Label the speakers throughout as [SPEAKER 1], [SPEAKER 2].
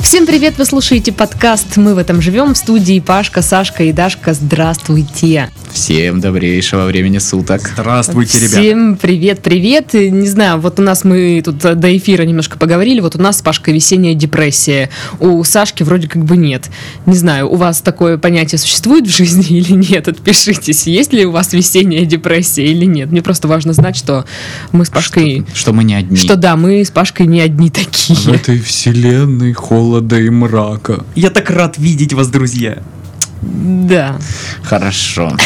[SPEAKER 1] Всем привет! Вы слушаете подкаст «Мы в этом живем» в студии Пашка, Сашка и Дашка. Здравствуйте!
[SPEAKER 2] Всем добрейшего времени суток.
[SPEAKER 3] Здравствуйте, ребята.
[SPEAKER 1] Всем привет, привет. Не знаю, вот у нас мы тут до эфира немножко поговорили, вот у нас с Пашкой весенняя депрессия, у Сашки вроде как бы нет. Не знаю, у вас такое понятие существует в жизни или нет, отпишитесь, есть ли у вас весенняя депрессия или нет. Мне просто важно знать, что мы с Пашкой...
[SPEAKER 2] Что мы не одни.
[SPEAKER 1] Что, да, мы с Пашкой не одни такие.
[SPEAKER 3] В этой вселенной холода и мрака.
[SPEAKER 4] Я так рад видеть вас, друзья.
[SPEAKER 1] Да.
[SPEAKER 2] Хорошо.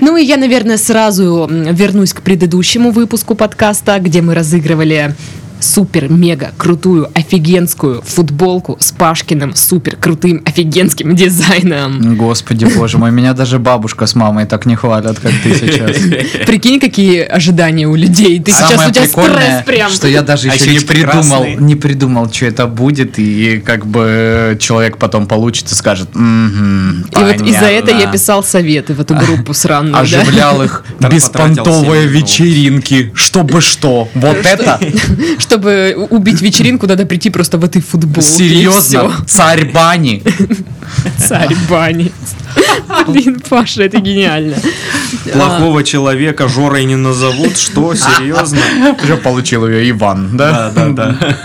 [SPEAKER 1] Ну и я, наверное, сразу вернусь к предыдущему выпуску подкаста, где мы разыгрывали супер-мега крутую офигенскую футболку с Пашкиным супер крутым офигенским дизайном.
[SPEAKER 2] Господи, боже мой, меня даже бабушка с мамой так не хвалят, как ты сейчас.
[SPEAKER 1] Прикинь, какие ожидания у людей. Ты сейчас у тебя стресс прям.
[SPEAKER 2] что я даже
[SPEAKER 4] А
[SPEAKER 2] еще
[SPEAKER 4] еще
[SPEAKER 2] не
[SPEAKER 4] эти
[SPEAKER 2] придумал,
[SPEAKER 4] красные.
[SPEAKER 2] не придумал, что это будет, и как бы человек потом получит и скажет, «Мгм,
[SPEAKER 1] И вот из-за это я
[SPEAKER 2] понятно».
[SPEAKER 1] писал советы в эту группу сраную. да.
[SPEAKER 2] Оживлял их
[SPEAKER 4] Там потратил
[SPEAKER 2] беспонтовые
[SPEAKER 4] семь минут.
[SPEAKER 2] вечеринки, чтобы что. Вот это
[SPEAKER 1] Чтобы у- убить вечеринку, надо прийти просто в этой футболке.
[SPEAKER 2] серьезно, царь бани.
[SPEAKER 1] И всё. Царь бани. Блин, Паша, это гениально.
[SPEAKER 4] Плохого человека Жорой не назовут, что, серьезно?
[SPEAKER 2] Уже получил ее Иван, да?
[SPEAKER 4] Да, да, да.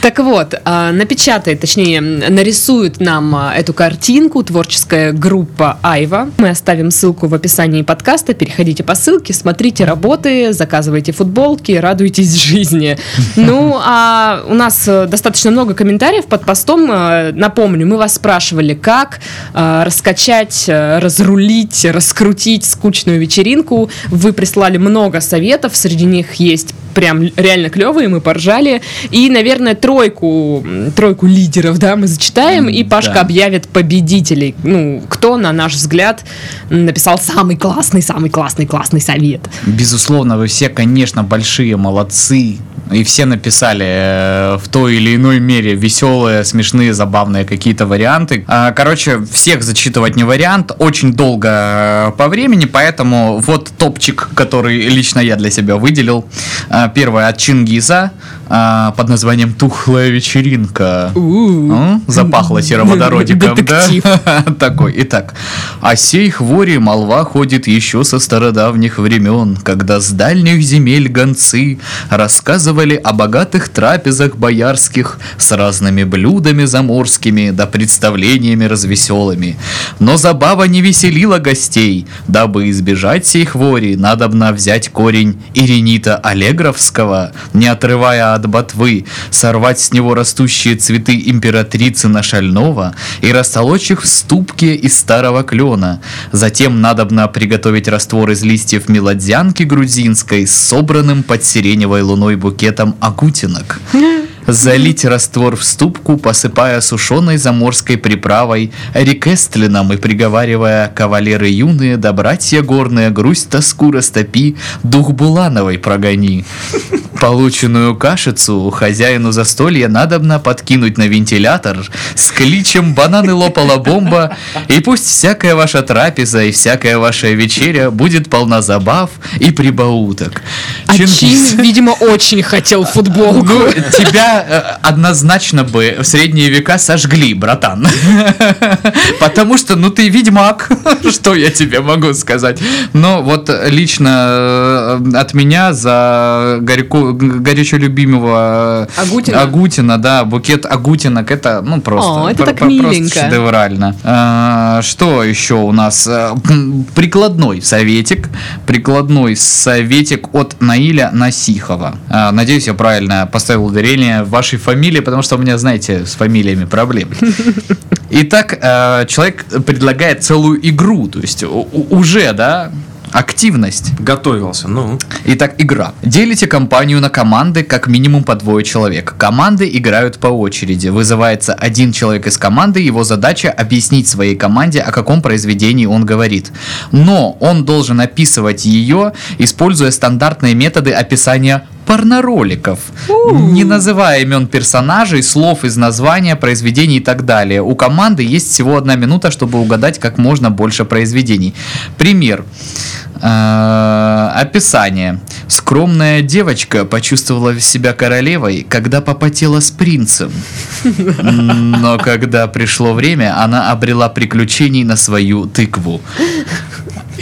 [SPEAKER 1] Так вот, а, напечатает, точнее, м, нарисует нам а, эту картинку творческая группа Айва. Мы оставим ссылку в описании подкаста. Переходите по ссылке, смотрите работы, заказывайте футболки, радуйтесь жизни. Ну, а у нас э, достаточно много комментариев под постом. Э, Напомню, мы вас спрашивали, как э, раскачать, э, разрулить, раскрутить скучную вечеринку. Вы прислали много советов, среди них есть прям реально клевые, мы поржали. И, наверное, тройку, м, тройку лидеров, да, мы зачитаем, и
[SPEAKER 2] М,
[SPEAKER 1] Пашка
[SPEAKER 2] да.
[SPEAKER 1] объявит победителей. Ну, кто, на наш взгляд, м, написал самый классный, самый классный, классный совет.
[SPEAKER 2] Безусловно, вы все, конечно, большие молодцы. И все написали э, в той или иной мере веселые, смешные, забавные какие-то варианты. А, Короче, всех зачитывать не вариант. Очень долго э, по времени, поэтому вот топчик, который лично я для себя выделил. А, Первое от Чингиза а, под названием «Тухлая вечеринка».
[SPEAKER 1] У-у-у.
[SPEAKER 2] М? Запахло сероводородиком, да?
[SPEAKER 1] Детектив.
[SPEAKER 2] Такой. Итак, о сей хвори молва ходит еще со стародавних времен, когда с дальних земель гонцы рассказывали о богатых трапезах боярских с разными блюдами заморскими да представлениями развеселыми. Но забава не веселила гостей. Дабы избежать сей хвори, надобно взять корень Иренита Аллегровского, не отрывая от ботвы, сорвать с него растущие цветы императрицы на шального и растолочь их в ступке из старого клена. Затем надобно приготовить раствор из листьев мелодзянки грузинской с собранным под сиреневой луной букетом агутинок. Залить раствор в ступку, посыпая сушеной заморской приправой, рекестлином и приговаривая «Кавалеры юные, да братья горные, грусть, тоску растопи, дух Булановой прогони». Полученную кашицу хозяину застолья надобно подкинуть на вентилятор с кличем «Бананы лопала бомба» и пусть всякая ваша трапеза и всякая ваша вечеря будет полна забав и прибауток.
[SPEAKER 1] А Чин,
[SPEAKER 2] Чингис.
[SPEAKER 1] видимо, очень хотел футболку.
[SPEAKER 2] Ну, тебя э, однозначно бы в средние века сожгли, братан. Потому что, ну, ты ведьмак. Что я тебе могу сказать? Но вот лично э, от меня за горяку- горячо любимого э,
[SPEAKER 1] Агутина?
[SPEAKER 2] Агутина, да, букет Агутинок, это, ну, просто.
[SPEAKER 1] О, это
[SPEAKER 2] пр-
[SPEAKER 1] так
[SPEAKER 2] пр- просто
[SPEAKER 1] миленько.
[SPEAKER 2] шедеврально. А, Что еще у нас? А, м, Прикладной советик. Прикладной советик от Наиля Насихова. А, Надеюсь, я правильно поставил ударение в вашей фамилии, потому что у меня, знаете, с фамилиями проблемы. Итак, э, человек предлагает целую игру, то есть у- у- уже, да, активность.
[SPEAKER 4] Готовился, ну.
[SPEAKER 2] Итак, игра. Делите компанию на команды как минимум по двое человек. Команды играют по очереди. Вызывается один человек из команды, его задача объяснить своей команде, о каком произведении он говорит. Но он должен описывать ее, используя стандартные методы описания порнороликов, не называя имен персонажей, слов из названия, произведений и так далее. У команды есть всего одна минута, чтобы угадать как можно больше произведений. Пример. Э, Э, Описание. Скромная девочка почувствовала себя королевой, когда попотела с принцем. Но когда пришло время, она обрела приключений на свою тыкву.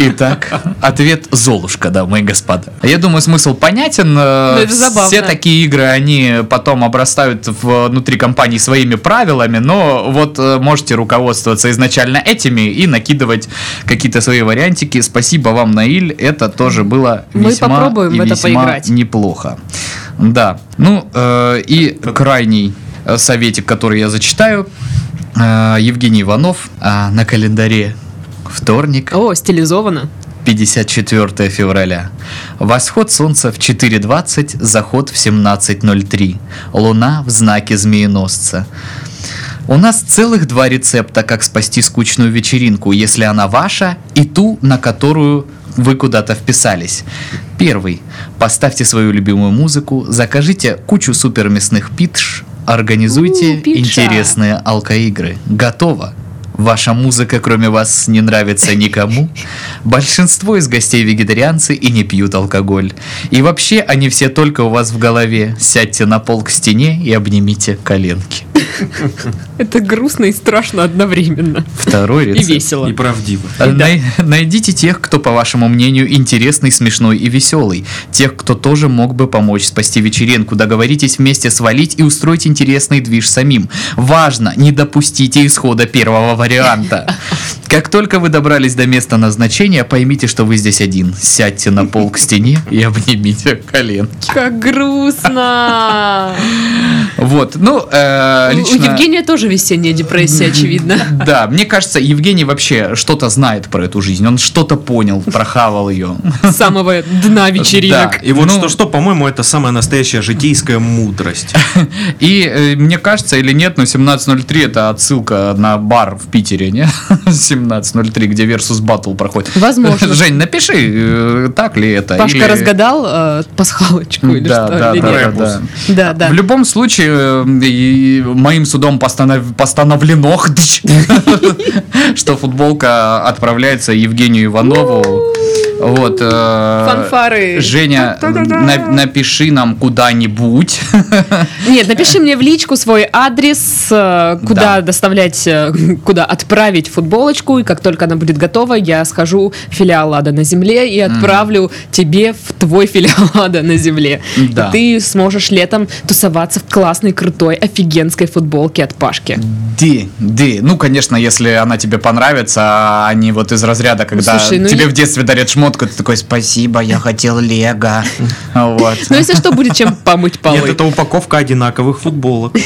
[SPEAKER 2] Итак, ответ Золушка, дамы и господа. Я думаю, смысл понятен. э,
[SPEAKER 1] Ну, это забавно.
[SPEAKER 2] Все такие игры, они потом обрастают в- внутри компании своими правилами, но вот э, можете руководствоваться изначально этими и накидывать какие-то свои вариантики. Спасибо вам, Наиль, это тоже было
[SPEAKER 1] Мы
[SPEAKER 2] весьма
[SPEAKER 1] попробуем
[SPEAKER 2] и
[SPEAKER 1] в это
[SPEAKER 2] весьма
[SPEAKER 1] поиграть.
[SPEAKER 2] неплохо. Да. Ну, э, и крайний э, советик, который я зачитаю. Э, Евгений Иванов а, на календаре вторник,
[SPEAKER 1] О, стилизовано.
[SPEAKER 2] 54 февраля. Восход солнца в 4.20, заход в 17.03. Луна в знаке змееносца. У нас целых два рецепта, как спасти скучную вечеринку, если она ваша, и ту, на которую вы куда-то вписались. Первый. Поставьте свою любимую музыку, закажите кучу супер мясных питш, организуйте
[SPEAKER 1] У, питша.
[SPEAKER 2] интересные алкоигры. Готово. Ваша музыка, кроме вас, не нравится никому. Большинство из гостей вегетарианцы и не пьют алкоголь. И вообще, они все только у вас в голове. Сядьте на пол к стене и обнимите коленки.
[SPEAKER 1] Это грустно и страшно одновременно.
[SPEAKER 2] Второй
[SPEAKER 1] И
[SPEAKER 2] рецепт.
[SPEAKER 1] весело.
[SPEAKER 4] И правдиво.
[SPEAKER 2] Э, Най- Найдите тех, кто, по вашему мнению, интересный, смешной и веселый. Тех, кто тоже мог бы помочь спасти вечеринку. Договоритесь вместе свалить и устроить интересный движ самим. Важно, не допустите исхода первого варианта. Как только вы добрались до места назначения, поймите, что вы здесь один. Сядьте на пол к стене и обнимите колен.
[SPEAKER 1] Как грустно!
[SPEAKER 2] Вот, ну, э,
[SPEAKER 1] У-
[SPEAKER 2] А лично...
[SPEAKER 1] У Евгения тоже весенняя депрессия, очевидно.
[SPEAKER 2] Да, мне кажется, Евгений вообще что-то знает про эту жизнь. Он что-то понял, прохавал ее.
[SPEAKER 1] С самого дна вечеринок.
[SPEAKER 4] И вот
[SPEAKER 2] Ну-
[SPEAKER 4] что-что, по-моему, это самая настоящая житейская мудрость.
[SPEAKER 2] И э, мне кажется, или нет, но 17.03 это отсылка на бар в Питере, не? 17.03, где Versus Battle проходит.
[SPEAKER 1] Возможно.
[SPEAKER 2] Жень, напиши, э, так ли это. или-
[SPEAKER 1] Пашка разгадал э, пасхалочку или
[SPEAKER 2] Да,
[SPEAKER 1] что?
[SPEAKER 2] да,
[SPEAKER 1] или
[SPEAKER 2] да,
[SPEAKER 1] нет?
[SPEAKER 2] да, да.
[SPEAKER 1] Да, да.
[SPEAKER 2] В любом случае, э, и моим судом постанов- постановлено, что футболка отправляется Евгению Иванову. Вот. э,
[SPEAKER 1] Фанфары.
[SPEAKER 2] Женя, на- напиши нам куда-нибудь.
[SPEAKER 1] Нет, напиши мне в личку свой адрес, э, куда
[SPEAKER 2] Да.
[SPEAKER 1] доставлять, э, куда отправить футболочку, и как только она будет готова, я схожу в филиал Лада на земле и отправлю тебе в твой филиал Лада на земле.
[SPEAKER 2] Да.
[SPEAKER 1] И ты сможешь летом тусоваться в классной, крутой, офигенской футболке от Пашки.
[SPEAKER 2] Ди, ди. Ну, конечно, если она тебе понравится, а не вот из разряда, когда
[SPEAKER 1] слушай, ну
[SPEAKER 2] тебе
[SPEAKER 1] я-
[SPEAKER 2] в детстве дарят шмотку, ты такой, спасибо, я хотел Лего. Вот.
[SPEAKER 1] Ну, если что, будет чем помыть полы.
[SPEAKER 4] Нет, это упаковка одинаковых футболок.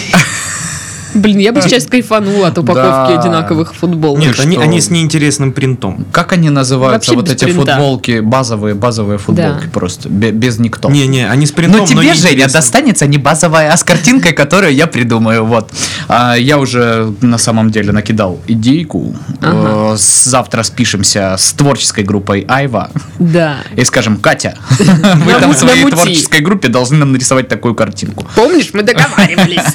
[SPEAKER 1] Блин, я бы сейчас кайфанула от упаковки
[SPEAKER 2] Да.
[SPEAKER 1] одинаковых футболок.
[SPEAKER 4] Нет, они,
[SPEAKER 2] что?
[SPEAKER 4] они с неинтересным принтом.
[SPEAKER 2] Как они называются,
[SPEAKER 1] Вообще
[SPEAKER 2] вот
[SPEAKER 1] без
[SPEAKER 2] эти
[SPEAKER 1] принта.
[SPEAKER 2] футболки, базовые, базовые футболки
[SPEAKER 1] Да.
[SPEAKER 2] просто, бе- без никто.
[SPEAKER 4] Не-не, они с
[SPEAKER 5] Ну,
[SPEAKER 4] принтом,
[SPEAKER 2] Но тебе, Женя,
[SPEAKER 4] неинтересным.
[SPEAKER 2] достанется не базовая, а с картинкой, которую я придумаю. Вот. А, я уже на самом деле накидал идейку.
[SPEAKER 1] Ага.
[SPEAKER 2] Э, с- завтра спишемся с творческой группой Айва
[SPEAKER 1] Да.
[SPEAKER 2] и скажем, Катя, вы там в
[SPEAKER 1] Намути.
[SPEAKER 2] своей творческой группе должны нам нарисовать такую картинку.
[SPEAKER 1] Помнишь, мы договаривались.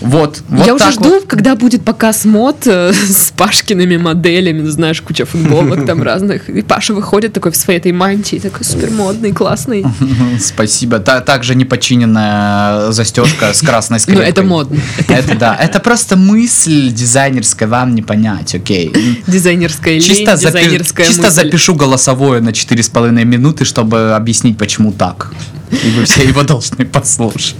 [SPEAKER 2] Вот. вот
[SPEAKER 1] я уже
[SPEAKER 2] так
[SPEAKER 1] жду, когда будет показ мод э, с Пашкиными моделями, ну, знаешь, куча футболок там разных. И Паша выходит такой в своей этой мантии, такой супермодный, классный.
[SPEAKER 2] вот. Спасибо. Та- также не починенная застежка с красной
[SPEAKER 1] Ну,
[SPEAKER 2] скрепкой.
[SPEAKER 1] это модно.
[SPEAKER 2] Это да. Это просто мысль дизайнерская, вам не понять, окей.
[SPEAKER 1] Дизайнерская лень,
[SPEAKER 2] Чисто, запи-
[SPEAKER 1] дизайнерская
[SPEAKER 2] чисто
[SPEAKER 1] мысль.
[SPEAKER 2] запишу голосовое на 4,5 минуты, чтобы объяснить, почему так. И вы все его должны послушать.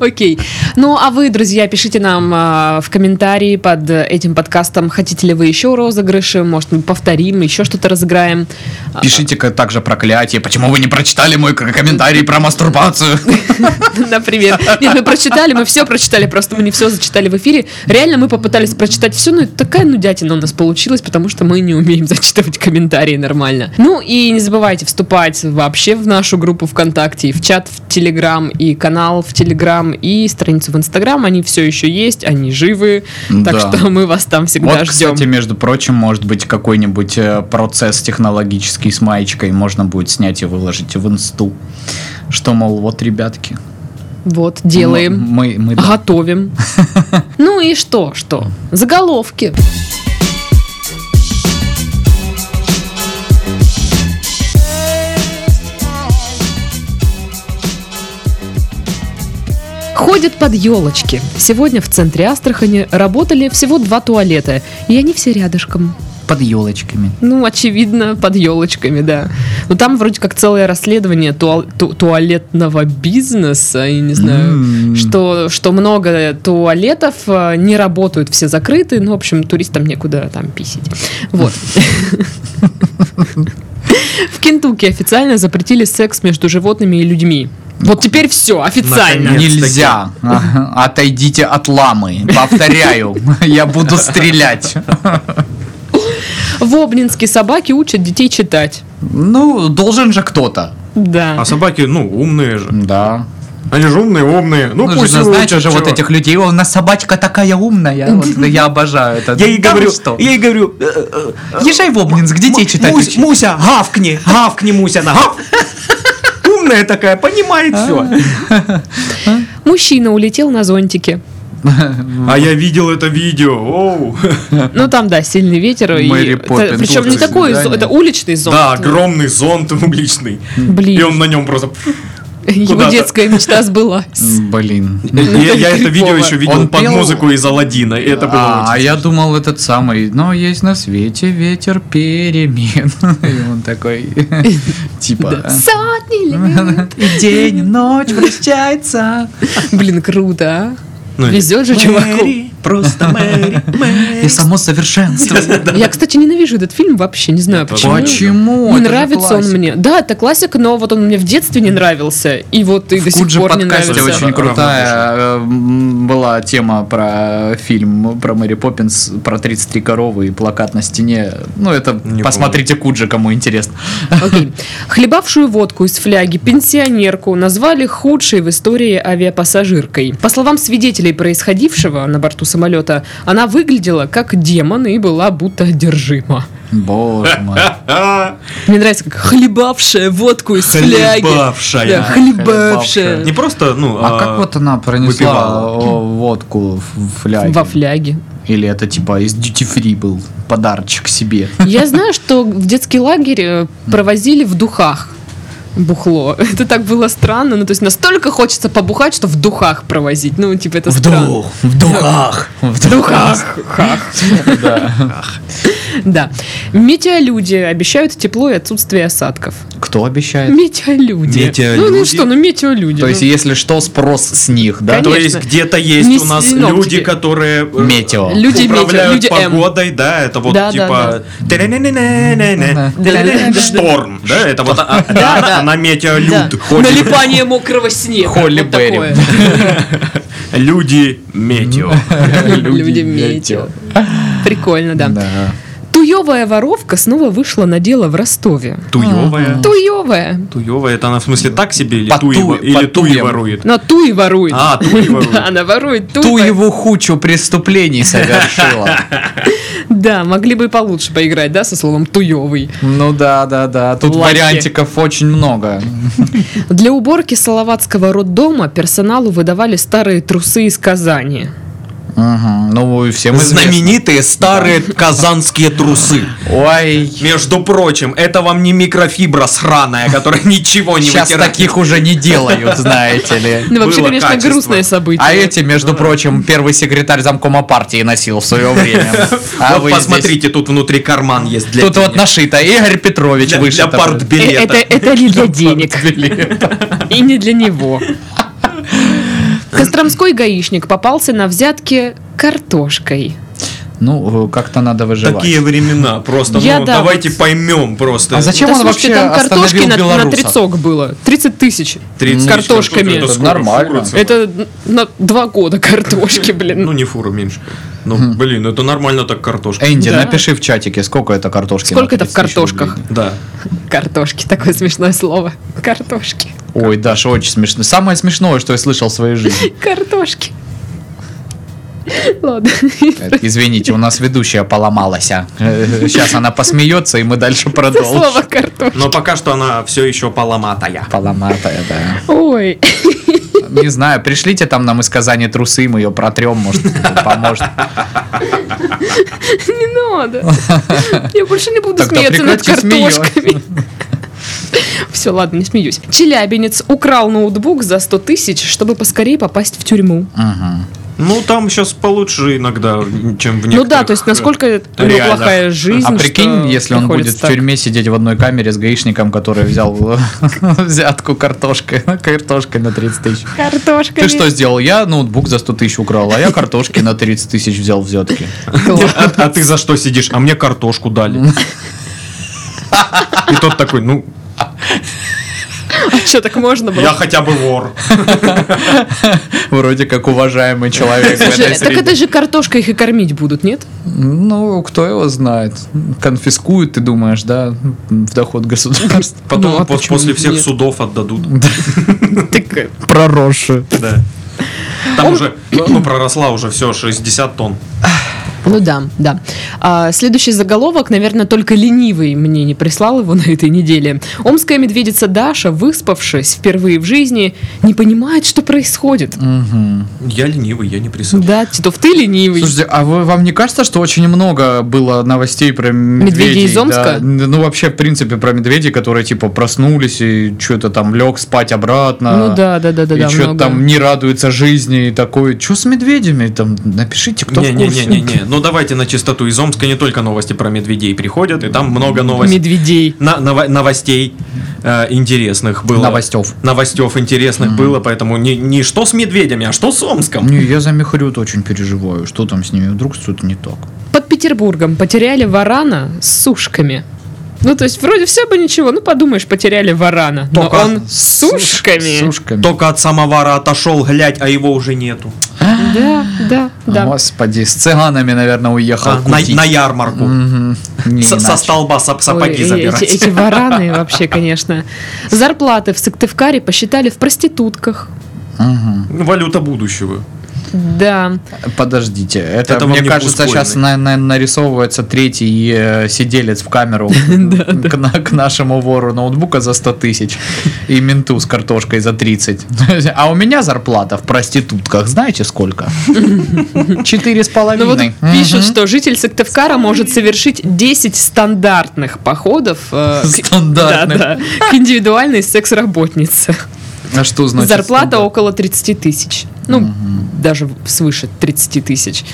[SPEAKER 1] Окей. Ну, а вы, друзья, пишите нам а, в комментарии под этим подкастом, хотите ли вы еще розыгрыши, может, мы повторим, еще что-то разыграем. А,
[SPEAKER 2] Пишите ка- также проклятие. Почему вы не прочитали мой к- комментарий про мастурбацию?
[SPEAKER 1] Например. Нет, мы прочитали, мы все прочитали, просто мы не все зачитали в эфире. Реально, мы попытались прочитать все, но это такая нудятина у нас получилась, потому что мы не умеем зачитывать комментарии нормально. Ну и не забывайте вступать вообще в нашу группу ВКонтакте, и в чат в Телеграм, и канал в Телеграм, и страницу в Инстаграм. Они все еще есть, они живы. Так
[SPEAKER 2] Да.
[SPEAKER 1] что мы вас там всегда
[SPEAKER 2] Вот,
[SPEAKER 1] ждем.
[SPEAKER 2] кстати, между прочим, может быть какой-нибудь э, процесс технологический с маечкой можно будет снять и выложить в инсту. Что, мол, вот, ребятки.
[SPEAKER 1] Вот, делаем.
[SPEAKER 2] м- Мы, мы, да.
[SPEAKER 1] Готовим. Ну и что, что? Заголовки. Ходят под елочки. Сегодня в центре Астрахани работали всего два туалета, и они все рядышком.
[SPEAKER 2] Под елочками.
[SPEAKER 1] Ну, очевидно, под елочками, да. Но там вроде как целое расследование туал- ту- туалетного бизнеса, я не знаю,
[SPEAKER 2] М-м-м.
[SPEAKER 3] М.
[SPEAKER 1] что, что много туалетов э, не работают, все закрыты, ну, в общем, туристам некуда там писить. Вот. В Кентукки официально запретили секс между животными и людьми. Вот теперь все, официально.
[SPEAKER 4] Наконец-таки.
[SPEAKER 2] Нельзя. Ага. Отойдите от ламы. Повторяю, я буду стрелять.
[SPEAKER 1] В Обнинске собаки учат детей читать.
[SPEAKER 2] Ну, должен же кто-то.
[SPEAKER 1] Да.
[SPEAKER 4] А собаки, ну, умные же.
[SPEAKER 2] Да.
[SPEAKER 4] Они же умные, умные. Ну,
[SPEAKER 2] Ну,
[SPEAKER 4] пусть
[SPEAKER 2] же,
[SPEAKER 4] и
[SPEAKER 2] знаешь
[SPEAKER 4] учат
[SPEAKER 2] же вот
[SPEAKER 4] чего.
[SPEAKER 2] этих людей, «О, у нас собачка такая умная, вот, да я обожаю это.
[SPEAKER 5] Я ей
[SPEAKER 2] Да вы
[SPEAKER 5] говорю,
[SPEAKER 2] что?
[SPEAKER 5] я ей говорю, э,
[SPEAKER 2] Езжай в Обнинск, детей читать
[SPEAKER 5] «Мусь-
[SPEAKER 2] учи».
[SPEAKER 5] Муся, гавкни, гавкни, Муся, она гав. Умная такая, понимает все.
[SPEAKER 1] Мужчина улетел на зонтике.
[SPEAKER 4] А я видел это видео. Оу.
[SPEAKER 1] Ну там, да, сильный ветер.
[SPEAKER 3] Мэри
[SPEAKER 1] И...
[SPEAKER 3] Поппинс,
[SPEAKER 1] Причем не
[SPEAKER 3] «Лучшее
[SPEAKER 1] такой, зо-
[SPEAKER 2] свидание».
[SPEAKER 1] это уличный зонт.
[SPEAKER 4] Да, огромный зонт уличный. И он
[SPEAKER 1] Блин,
[SPEAKER 4] на нем просто...
[SPEAKER 1] его
[SPEAKER 4] куда-то.
[SPEAKER 1] детская мечта сбылась.
[SPEAKER 3] Блин.
[SPEAKER 4] Я, я это
[SPEAKER 1] Крипово.
[SPEAKER 4] видео еще видел
[SPEAKER 2] Ну, Он
[SPEAKER 4] под
[SPEAKER 2] пел-
[SPEAKER 4] музыку из Алладина. и это было
[SPEAKER 2] А,
[SPEAKER 4] очень-
[SPEAKER 2] а я думал этот самый, но есть на свете ветер перемен. И он такой, типа,
[SPEAKER 1] Сотни лет.
[SPEAKER 2] и день, и ночь прощается.
[SPEAKER 1] Блин, круто, а?
[SPEAKER 4] Ну,
[SPEAKER 1] Везет же чуваку.
[SPEAKER 5] Мэри, просто Мэри, Мэри.
[SPEAKER 2] И само совершенство.
[SPEAKER 1] Я, кстати, ненавижу этот фильм вообще, не знаю почему.
[SPEAKER 2] Почему?
[SPEAKER 1] Не
[SPEAKER 2] Это же
[SPEAKER 1] нравится он
[SPEAKER 2] классика.
[SPEAKER 1] мне. Да, это классика, но вот он мне в детстве не нравился. И вот и до сих
[SPEAKER 2] Куджи
[SPEAKER 1] пор не
[SPEAKER 2] подкасте
[SPEAKER 1] нравится.
[SPEAKER 2] очень
[SPEAKER 4] Равно
[SPEAKER 2] крутая э, м, была тема про фильм про Мэри Поппинс, про 33 коровы и плакат на стене. Ну, это
[SPEAKER 4] Не
[SPEAKER 2] посмотрите Куджи, кому интересно.
[SPEAKER 1] Окей. Хлебавшую водку из фляги пенсионерку назвали худшей в истории авиапассажиркой. По словам свидетелей происходившего на борту самолета, она выглядела как демон и была будто одержима.
[SPEAKER 2] Боже мой.
[SPEAKER 4] А,
[SPEAKER 1] Мне нравится, как хлебавшая водку из фляги. Да,
[SPEAKER 4] Хлебавшая.
[SPEAKER 1] хлебавшая.
[SPEAKER 4] Не просто, ну,
[SPEAKER 1] типа,
[SPEAKER 2] А как вот она пронесла
[SPEAKER 4] выпивала.
[SPEAKER 2] о, водку в фляге?
[SPEAKER 1] Во фляге.
[SPEAKER 2] Или это типа из duty free был подарочек себе?
[SPEAKER 1] Я знаю, что в детский лагерь э, провозили в духах бухло. Это так было странно. Ну, то есть настолько хочется побухать, что в духах провозить. Ну, типа, это странно.
[SPEAKER 2] в духах, в
[SPEAKER 1] духах. Да. Метеолюди обещают тепло и отсутствие осадков.
[SPEAKER 2] Кто обещает?
[SPEAKER 1] Метеолюди.
[SPEAKER 4] Метеолюди?
[SPEAKER 1] Ну, ну что, ну метеолюди.
[SPEAKER 2] То есть,
[SPEAKER 1] ну.
[SPEAKER 2] если что, спрос с них, да?
[SPEAKER 1] Конечно.
[SPEAKER 4] То есть где-то есть у нас
[SPEAKER 1] синоптики.
[SPEAKER 4] люди, которые э,
[SPEAKER 2] Метео.
[SPEAKER 1] Ну, Люди метео,
[SPEAKER 4] управляют
[SPEAKER 1] люди М.
[SPEAKER 4] погодой, да, это вот
[SPEAKER 1] Да, да,
[SPEAKER 4] типа «Тя-ля-ля-ля-ля-ля,
[SPEAKER 1] Да-да-да.
[SPEAKER 4] тя-ля-ля-ля-ля». шторм, да, это вот а-
[SPEAKER 1] Да,
[SPEAKER 4] а-
[SPEAKER 1] да.
[SPEAKER 4] она- она
[SPEAKER 1] Да.
[SPEAKER 4] метеолюд ходит.
[SPEAKER 1] Налипание мокрого снега.
[SPEAKER 2] Холли
[SPEAKER 1] вот
[SPEAKER 2] Берри.
[SPEAKER 1] такое.
[SPEAKER 4] Люди метео.
[SPEAKER 1] Люди метео. Прикольно, да.
[SPEAKER 2] Да.
[SPEAKER 1] Туевая воровка снова вышла на дело в Ростове.
[SPEAKER 4] Туевая.
[SPEAKER 1] Туевая.
[SPEAKER 4] Туевая, это она в смысле так себе или
[SPEAKER 2] По
[SPEAKER 4] туева-
[SPEAKER 2] туе-
[SPEAKER 4] или
[SPEAKER 2] по
[SPEAKER 4] туи
[SPEAKER 2] туям.
[SPEAKER 4] ворует?
[SPEAKER 1] Но Туи ворует.
[SPEAKER 4] А, туи
[SPEAKER 1] Да,
[SPEAKER 4] ворует.
[SPEAKER 1] она ворует Туи.
[SPEAKER 2] ту его хучу преступлений совершила.
[SPEAKER 1] Да, могли бы и получше поиграть, да, со словом туевый.
[SPEAKER 2] Ну да, да, да. Тут
[SPEAKER 1] Лаки.
[SPEAKER 2] вариантиков очень много.
[SPEAKER 1] Для уборки Салаватского роддома персоналу выдавали старые трусы из Казани.
[SPEAKER 2] Мгм. Ну и всем известно.
[SPEAKER 4] старые казанские трусы.
[SPEAKER 2] Ой,
[SPEAKER 4] Между прочим, это вам не микрофибра сраная, которая ничего не
[SPEAKER 2] сейчас
[SPEAKER 4] вытирает.
[SPEAKER 2] таких уже не делают, знаете ли.
[SPEAKER 1] Ну, вообще,
[SPEAKER 4] Было
[SPEAKER 1] конечно,
[SPEAKER 4] качество.
[SPEAKER 1] грустное событие.
[SPEAKER 2] А эти,
[SPEAKER 4] Ну
[SPEAKER 2] между прочим, первый секретарь замкома партии носил в свое время. А
[SPEAKER 4] Вот
[SPEAKER 2] вы здесь-
[SPEAKER 4] посмотрите, тут внутри карман есть для
[SPEAKER 2] Тут
[SPEAKER 4] тебя.
[SPEAKER 2] вот нашито. Игорь Петрович
[SPEAKER 4] для,
[SPEAKER 2] вышел.
[SPEAKER 4] для
[SPEAKER 1] Э,
[SPEAKER 4] партбилета.
[SPEAKER 1] это, это не для денег. И не для него. Костромской гаишник попался на взятке картошкой.
[SPEAKER 2] Ну, э, как-то надо выживать.
[SPEAKER 4] Такие времена просто.
[SPEAKER 1] Я
[SPEAKER 4] ну,
[SPEAKER 1] да,
[SPEAKER 4] давайте
[SPEAKER 1] вот-
[SPEAKER 4] поймем просто.
[SPEAKER 2] А зачем
[SPEAKER 1] да
[SPEAKER 2] он
[SPEAKER 1] слушайте,
[SPEAKER 2] вообще
[SPEAKER 1] там картошки
[SPEAKER 2] остановил
[SPEAKER 1] на, на
[SPEAKER 2] белоруса?
[SPEAKER 1] тридцок было. 30 тысяч.
[SPEAKER 4] 30
[SPEAKER 1] С картошками.
[SPEAKER 4] Это
[SPEAKER 2] Это
[SPEAKER 4] сколько?
[SPEAKER 2] нормально.
[SPEAKER 4] Фура целая?
[SPEAKER 1] Это на два года картошки, блин.
[SPEAKER 4] Ну, не фуру меньше. Ну, блин, это нормально так картошка.
[SPEAKER 2] Энди,
[SPEAKER 1] Да.
[SPEAKER 2] напиши в чатике, сколько это картошки. на
[SPEAKER 1] Сколько это в
[SPEAKER 2] 30 тысяч
[SPEAKER 1] картошках?
[SPEAKER 2] рублей.
[SPEAKER 4] Да.
[SPEAKER 1] Картошки, такое смешное слово. Картошки.
[SPEAKER 2] Ой, Даша, очень смешно. Самое смешное, что я слышал в своей жизни.
[SPEAKER 1] Картошки. Ладно.
[SPEAKER 2] Э, Извините, у нас ведущая поломалась. а. Э, Сейчас она посмеется, и мы дальше
[SPEAKER 1] Это слово
[SPEAKER 2] продолжим.
[SPEAKER 1] картошки.
[SPEAKER 4] Но пока что она все еще поломатая.
[SPEAKER 2] Поломатая, да.
[SPEAKER 1] Ой.
[SPEAKER 2] Не знаю, пришлите там нам из Казани трусы, мы ее протрем, может, поможет.
[SPEAKER 1] Не надо. Я больше не буду
[SPEAKER 2] Тогда
[SPEAKER 1] смеяться над
[SPEAKER 2] прекрати
[SPEAKER 1] картошками. Все, ладно, не смеюсь. Челябинец украл ноутбук за 100 тысяч, чтобы поскорее попасть в тюрьму.
[SPEAKER 2] Мгм.
[SPEAKER 4] Ну, там сейчас получше иногда, чем в
[SPEAKER 1] ну да,
[SPEAKER 4] некоторых,
[SPEAKER 1] то есть насколько у него
[SPEAKER 4] реально.
[SPEAKER 1] плохая жизнь.
[SPEAKER 2] А
[SPEAKER 1] что
[SPEAKER 2] прикинь, если он будет
[SPEAKER 1] приходится
[SPEAKER 2] в
[SPEAKER 1] так.
[SPEAKER 2] тюрьме сидеть в одной камере с гаишником, который взял взятку картошкой, картошкой на 30 тысяч.
[SPEAKER 1] Картошка.
[SPEAKER 2] Ты что сделал? Я ноутбук за 100 тысяч украл, а я картошки на 30 тысяч взял взятки.
[SPEAKER 4] А, а ты за что сидишь? А мне картошку дали. И тот такой, ну,
[SPEAKER 1] Что, так можно было?
[SPEAKER 4] я хотя бы вор.
[SPEAKER 2] Вроде как уважаемый человек в
[SPEAKER 1] Слушай,
[SPEAKER 2] этой
[SPEAKER 1] так
[SPEAKER 2] среде.
[SPEAKER 1] это же картошка их и кормить будут, нет?
[SPEAKER 2] Ну, кто его знает. Конфискуют, ты думаешь, да, в доход государства.
[SPEAKER 4] Потом
[SPEAKER 1] Ну, а
[SPEAKER 4] пос-
[SPEAKER 1] почему
[SPEAKER 4] после всех
[SPEAKER 1] нет?
[SPEAKER 4] судов отдадут.
[SPEAKER 2] э,
[SPEAKER 1] Так,
[SPEAKER 2] Проросшие.
[SPEAKER 4] Да. Там уже, ну, проросла уже все, 60 тонн.
[SPEAKER 1] Ну да, да. А, следующий заголовок, наверное, только ленивый мне не прислал его на этой неделе. Омская медведица Даша, выспавшись впервые в жизни, не понимает, что происходит.
[SPEAKER 4] Я ленивый, я не присылаю.
[SPEAKER 1] Да, Титов, ты ленивый.
[SPEAKER 2] Слушайте, а вы, вам не кажется, что очень много было новостей про медведей?
[SPEAKER 1] из Омска?
[SPEAKER 2] да? Ну, вообще, в принципе, про медведей, которые, типа, проснулись и что-то там лег спать обратно.
[SPEAKER 1] ну да, да, да, да,
[SPEAKER 2] а и
[SPEAKER 1] да,
[SPEAKER 2] что-то
[SPEAKER 1] много.
[SPEAKER 2] там не радуется жизни и такое. Что с медведями? Там напишите, кто в курсе.
[SPEAKER 4] Не-не-не-не, ну давайте на чистоту. Из Омска не только новости про медведей приходят, и там много новостей.
[SPEAKER 1] Медведей.
[SPEAKER 4] На- ново- новостей э, интересных было.
[SPEAKER 2] Новостёв.
[SPEAKER 4] Новостев интересных было, поэтому не, не что с медведями, а что с Омском.
[SPEAKER 2] Не, я за Михрют очень переживаю. Что там с ними? Вдруг что-то не так.
[SPEAKER 1] Под Петербургом потеряли варана с сушками. Ну, то есть, вроде все бы ничего, ну, подумаешь, потеряли варана. Но
[SPEAKER 4] Только
[SPEAKER 1] он с сушками.
[SPEAKER 2] С сушками.
[SPEAKER 4] Только от самовара отошел, глядь, а его уже нету.
[SPEAKER 1] Да, да, да.
[SPEAKER 2] Господи, с цыганами, наверное, уехал
[SPEAKER 4] А, на,
[SPEAKER 2] кутить.
[SPEAKER 4] на ярмарку.
[SPEAKER 2] Мгм. Не
[SPEAKER 4] Со, со
[SPEAKER 2] иначе.
[SPEAKER 4] столба сап- сапоги
[SPEAKER 1] Ой, э,
[SPEAKER 4] забирать.
[SPEAKER 1] Эти, эти вараны вообще, конечно. Зарплаты в Сыктывкаре посчитали в проститутках.
[SPEAKER 2] Мгм.
[SPEAKER 4] Ну, Валюта будущего.
[SPEAKER 1] Да.
[SPEAKER 2] Подождите, это,
[SPEAKER 4] Это вам
[SPEAKER 2] мне
[SPEAKER 4] не
[SPEAKER 2] кажется,
[SPEAKER 4] Бускоины.
[SPEAKER 2] сейчас на- на- нарисовывается третий э, сиделец в камеру к на- к нашему вору ноутбука за 100 тысяч и менту с картошкой за 30. А у меня зарплата в проститутках, знаете сколько? Четыре с
[SPEAKER 1] Ну вот
[SPEAKER 2] половиной.
[SPEAKER 1] пишут, что житель Сыктывкара может совершить 10 стандартных походов э, к-
[SPEAKER 2] Стандартных.
[SPEAKER 1] да, да, к индивидуальной секс-работнице.
[SPEAKER 2] А что значит?
[SPEAKER 1] Зарплата
[SPEAKER 2] столько?
[SPEAKER 1] около 30 тысяч. Ну, даже свыше 30 тысяч.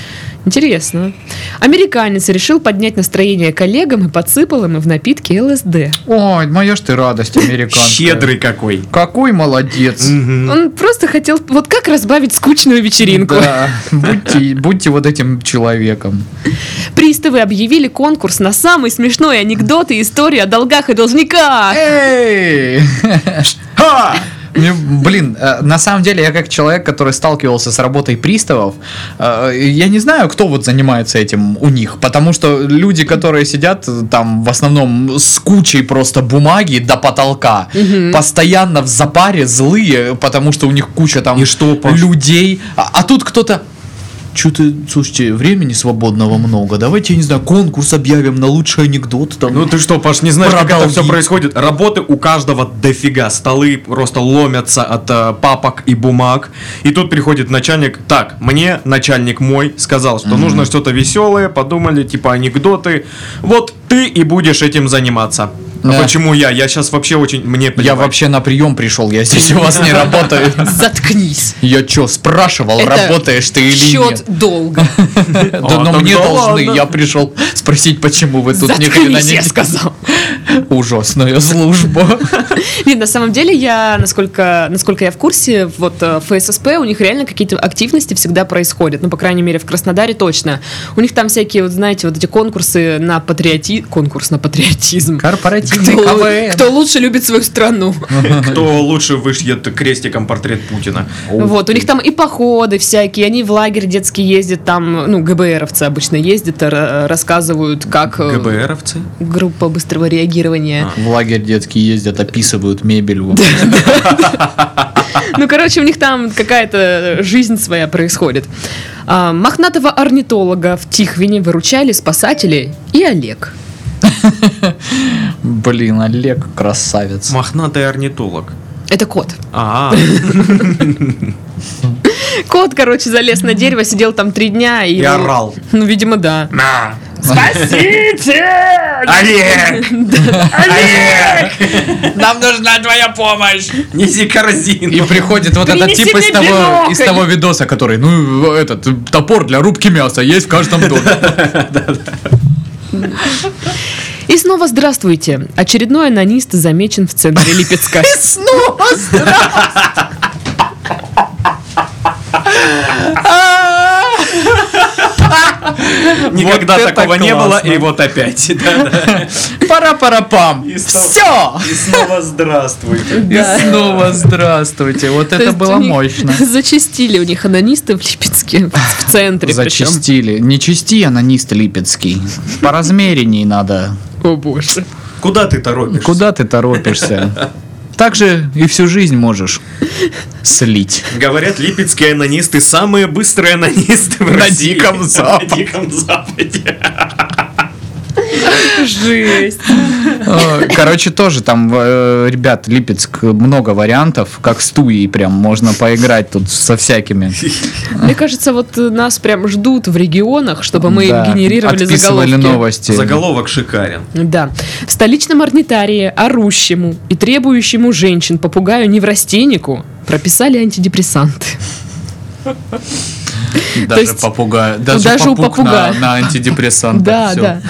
[SPEAKER 1] Интересно. Американец решил поднять настроение коллегам и подсыпал им в напитки ЛСД.
[SPEAKER 2] Ой, моя ж ты радость, американская.
[SPEAKER 4] Щедрый какой.
[SPEAKER 2] Какой молодец.
[SPEAKER 4] Мгм.
[SPEAKER 1] Он просто хотел... Вот как разбавить скучную вечеринку?
[SPEAKER 2] Да, будьте, будьте вот этим человеком.
[SPEAKER 1] Приставы объявили конкурс на самый смешной анекдот и историю о долгах и должниках.
[SPEAKER 2] Э, Эй! Ха! Мне, блин, э, на самом деле я как человек, который сталкивался с работой приставов, э, я не знаю, кто вот занимается этим у них, потому что люди, которые сидят э, там в основном с кучей просто бумаги до потолка, постоянно в запаре злые, потому что у них куча там
[SPEAKER 4] И что, Паш?
[SPEAKER 2] людей, а, а тут кто-то Че-то, слушайте, времени свободного много. Давайте, я не знаю, конкурс объявим на лучший анекдот. Там.
[SPEAKER 4] Ну ты что, Паш, не знаешь,
[SPEAKER 2] Про
[SPEAKER 4] как это
[SPEAKER 2] долги.
[SPEAKER 4] все происходит? Работы у каждого дофига. Столы просто ломятся от э, папок и бумаг. И тут приходит начальник. Так, мне начальник мой сказал, что нужно что-то веселое. Подумали, типа анекдоты. Вот ты и будешь этим заниматься.
[SPEAKER 2] Да.
[SPEAKER 4] А почему я? Я сейчас вообще очень... Мне
[SPEAKER 2] Я
[SPEAKER 4] плевать.
[SPEAKER 2] вообще на прием пришел, я здесь у вас не работаю.
[SPEAKER 1] Заткнись.
[SPEAKER 2] Я чё, спрашивал,
[SPEAKER 1] Это
[SPEAKER 2] работаешь ты или
[SPEAKER 1] Счет
[SPEAKER 2] нет?
[SPEAKER 1] долго.
[SPEAKER 2] Да,
[SPEAKER 4] А,
[SPEAKER 2] но мне
[SPEAKER 4] тогда
[SPEAKER 2] должны,
[SPEAKER 4] ладно.
[SPEAKER 2] я пришел спросить, почему вы тут ни хрена
[SPEAKER 1] Заткнись,
[SPEAKER 2] не
[SPEAKER 1] я сказал.
[SPEAKER 2] Ужасная служба.
[SPEAKER 1] Нет, на самом деле я, насколько, насколько я в курсе, вот э, ФССП, у них реально какие-то активности всегда происходят. Ну, по крайней мере, в Краснодаре точно. У них там всякие, вот знаете, вот эти конкурсы на патриоти... Конкурс на патриотизм.
[SPEAKER 2] Корпоративный
[SPEAKER 1] Кто, кто лучше любит свою страну.
[SPEAKER 4] Кто лучше вышьет крестиком портрет Путина?
[SPEAKER 1] Вот, у них там и походы всякие, они в лагерь детский ездят, там, ну, ГБРовцы обычно ездят, ра- рассказывают, как э,
[SPEAKER 4] ГБРовцы?
[SPEAKER 1] группа быстрого реагирования.
[SPEAKER 2] В лагерь детские ездят, описывают мебель. вот.
[SPEAKER 4] А.
[SPEAKER 1] Ну, короче, у них там какая-то жизнь своя происходит. А, мохнатого орнитолога в Тихвине выручали спасатели и Олег.
[SPEAKER 2] Блин, Олег красавец.
[SPEAKER 4] Мохнатый орнитолог.
[SPEAKER 1] Это кот.
[SPEAKER 4] А,
[SPEAKER 1] Кот, короче, залез на дерево, сидел там три дня и...
[SPEAKER 4] и
[SPEAKER 1] его-
[SPEAKER 4] орал.
[SPEAKER 1] Ну, видимо, да.
[SPEAKER 4] На.
[SPEAKER 1] Спасите!
[SPEAKER 5] Олег!
[SPEAKER 6] Нам нужна твоя помощь.
[SPEAKER 5] Неси корзину.
[SPEAKER 3] И приходит вот этот
[SPEAKER 1] Принеси
[SPEAKER 3] тип из
[SPEAKER 1] мне
[SPEAKER 3] того,
[SPEAKER 1] бинокль.
[SPEAKER 3] из того видоса, который, ну, этот, топор для рубки мяса есть в каждом доме.
[SPEAKER 1] И снова здравствуйте. Очередной анонист замечен в центре Липецка.
[SPEAKER 4] Никогда
[SPEAKER 6] это
[SPEAKER 4] такого не было,
[SPEAKER 6] классно.
[SPEAKER 4] и вот опять. да.
[SPEAKER 6] Пара-пара-пам.
[SPEAKER 4] И снова-
[SPEAKER 6] Все.
[SPEAKER 4] И снова здравствуйте.
[SPEAKER 6] И снова здравствуйте. Вот
[SPEAKER 1] То
[SPEAKER 6] это
[SPEAKER 1] есть
[SPEAKER 6] было
[SPEAKER 1] у них
[SPEAKER 6] мощно.
[SPEAKER 1] Зачистили у них анонисты в Липецке, в центре причем.
[SPEAKER 2] Зачистили. Не чисти, анонист Липецкий. По размеренней надо.
[SPEAKER 1] О боже.
[SPEAKER 4] Куда ты торопишься?
[SPEAKER 2] Куда ты торопишься? Так же и всю жизнь можешь слить.
[SPEAKER 4] Говорят, липецкие анонисты самые быстрые анонисты в
[SPEAKER 2] На
[SPEAKER 4] России.
[SPEAKER 2] Диком Западе.
[SPEAKER 4] На Диком Западе.
[SPEAKER 1] Жесть.
[SPEAKER 2] Э, Короче, тоже там, э, ребят, Липецк, много вариантов, как стуи прям, можно поиграть тут со всякими.
[SPEAKER 1] Мне кажется, вот э, нас прям ждут в регионах, чтобы мы
[SPEAKER 2] Да,
[SPEAKER 1] им генерировали
[SPEAKER 2] отписывали
[SPEAKER 1] заголовки.
[SPEAKER 2] новости.
[SPEAKER 4] Заголовок шикарен.
[SPEAKER 1] Да. В столичном орнитарии орущему и требующему женщин попугаю неврастеннику прописали антидепрессанты.
[SPEAKER 2] Даже
[SPEAKER 1] есть- ну,
[SPEAKER 2] попугай. Даже,
[SPEAKER 1] даже у
[SPEAKER 2] попуг
[SPEAKER 1] попугая.
[SPEAKER 2] На, на антидепрессантах.
[SPEAKER 1] Да,
[SPEAKER 2] всё.
[SPEAKER 1] да.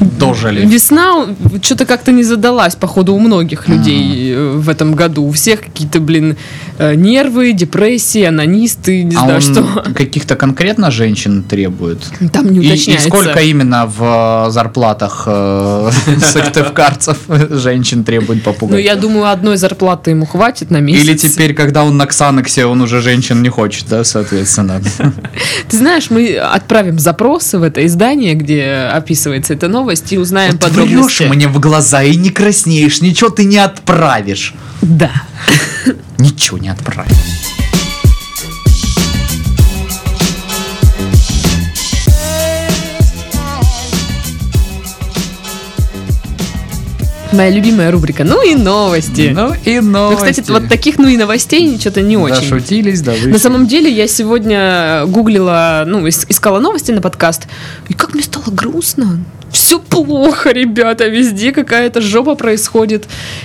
[SPEAKER 2] Дожили.
[SPEAKER 1] Весна что-то как-то не задалась, походу, у многих людей э, в этом году. У всех какие-то, блин, э, нервы, депрессии, анонисты, не
[SPEAKER 2] А
[SPEAKER 1] знаю
[SPEAKER 2] он
[SPEAKER 1] что.
[SPEAKER 2] каких-то конкретно женщин требует?
[SPEAKER 1] Там не
[SPEAKER 2] И- И,
[SPEAKER 1] уточняется.
[SPEAKER 2] сколько именно в э, зарплатах э, сыктывкарцев женщин требует попугай?
[SPEAKER 1] Ну, я думаю, одной зарплаты ему хватит на месяц.
[SPEAKER 2] Или типа- теперь, когда он на Ксанаксе, он уже женщин не хочет, да, соответственно.
[SPEAKER 1] Ты знаешь, мы отправим запросы в это издание, где описывается эта новость, и узнаем
[SPEAKER 2] Вот врешь
[SPEAKER 1] подробности.
[SPEAKER 2] мне в глаза и не краснеешь, ничего ты не отправишь.
[SPEAKER 1] Да.
[SPEAKER 2] Ничего не отправишь.
[SPEAKER 1] Моя любимая рубрика. Ну и новости.
[SPEAKER 2] Ну и
[SPEAKER 1] Ну,
[SPEAKER 2] новости.
[SPEAKER 1] кстати, вот таких, ну и новостей что-то не очень.
[SPEAKER 2] Зашутились, да, вы
[SPEAKER 1] На самом деле, я сегодня э, гуглила, ну, ис- искала новости на подкаст, и как мне стало грустно. Все плохо, ребята, везде какая-то жопа происходит.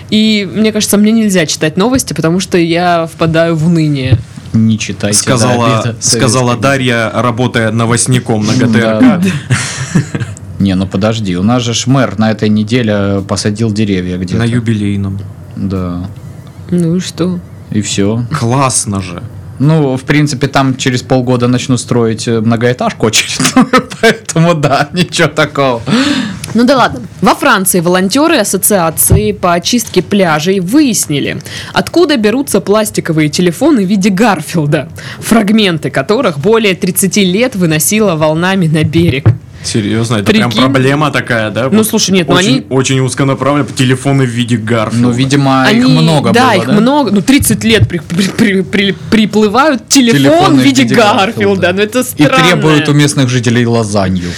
[SPEAKER 1] И мне кажется, мне нельзя читать новости, потому что я впадаю в уныние.
[SPEAKER 2] не читайте. до
[SPEAKER 4] Сказала,
[SPEAKER 2] обеда.
[SPEAKER 4] сказала Дарья, работая новостником на
[SPEAKER 2] Да.
[SPEAKER 4] ГТРК.
[SPEAKER 2] Не, ну подожди, у нас же ж мэр на этой неделе посадил деревья где-то.
[SPEAKER 4] На юбилейном.
[SPEAKER 2] Да.
[SPEAKER 1] Ну и что?
[SPEAKER 2] И все.
[SPEAKER 4] Классно же.
[SPEAKER 2] Ну, в принципе, там через полгода начнут строить э, многоэтажку очередную, поэтому да, ничего такого.
[SPEAKER 1] Ну да ладно. Во Франции волонтеры ассоциации по очистке пляжей выяснили, откуда берутся пластиковые телефоны в виде Гарфилда, фрагменты которых более 30 лет выносила волнами на берег.
[SPEAKER 4] Серьезно, это прям
[SPEAKER 1] Прикинь.
[SPEAKER 4] проблема такая, да?
[SPEAKER 1] Ну,
[SPEAKER 4] Вот
[SPEAKER 1] слушай, нет, ну
[SPEAKER 4] очень,
[SPEAKER 1] они-
[SPEAKER 4] Очень узконаправленно, телефоны в виде Гарфилда.
[SPEAKER 2] Ну, видимо, их
[SPEAKER 1] Они-
[SPEAKER 2] много
[SPEAKER 1] да,
[SPEAKER 2] было,
[SPEAKER 1] их много. Ну, 30 лет при- при- при- при- приплывают телефон в виде, Гарфилда. Ну, это
[SPEAKER 2] И
[SPEAKER 1] странно.
[SPEAKER 2] требуют у местных жителей лазанью.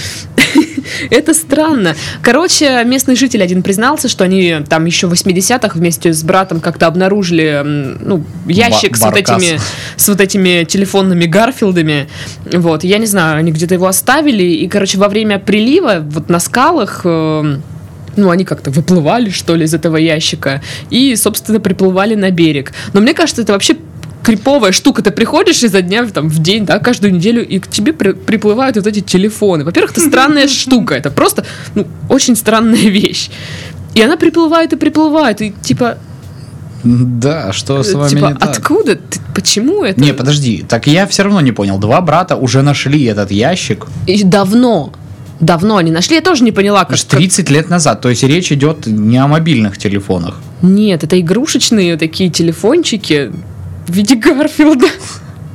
[SPEAKER 1] Это странно. Короче, местный житель один признался, что они там еще в 80-х вместе с братом как-то обнаружили м, ну, ящик с, вот
[SPEAKER 2] баркас.
[SPEAKER 1] этими, с вот этими телефонными Гарфилдами. Вот, я не знаю, они где-то его оставили. И, короче, во время прилива вот на скалах... эм, ну, они как-то выплывали, что ли, из этого ящика. И, собственно, приплывали на берег. Но мне кажется, это вообще криповая штука. Ты приходишь изо дня там, в день, да, каждую неделю, и к тебе при- приплывают вот эти телефоны. Во-первых, это странная штука. Это просто, ну, очень странная вещь. И она приплывает и приплывает. И типа,
[SPEAKER 2] Да, что с
[SPEAKER 1] э,
[SPEAKER 2] вами
[SPEAKER 1] типа
[SPEAKER 2] не так?
[SPEAKER 1] откуда? Ты- почему это?
[SPEAKER 2] Не, подожди, так я все равно не понял. Два брата уже нашли этот ящик
[SPEAKER 1] И давно. Давно они нашли. Я тоже не поняла, как...
[SPEAKER 2] аж 30 лет назад. То есть речь идет не о мобильных телефонах.
[SPEAKER 1] как- Нет, это игрушечные такие телефончики в виде Гарфилда.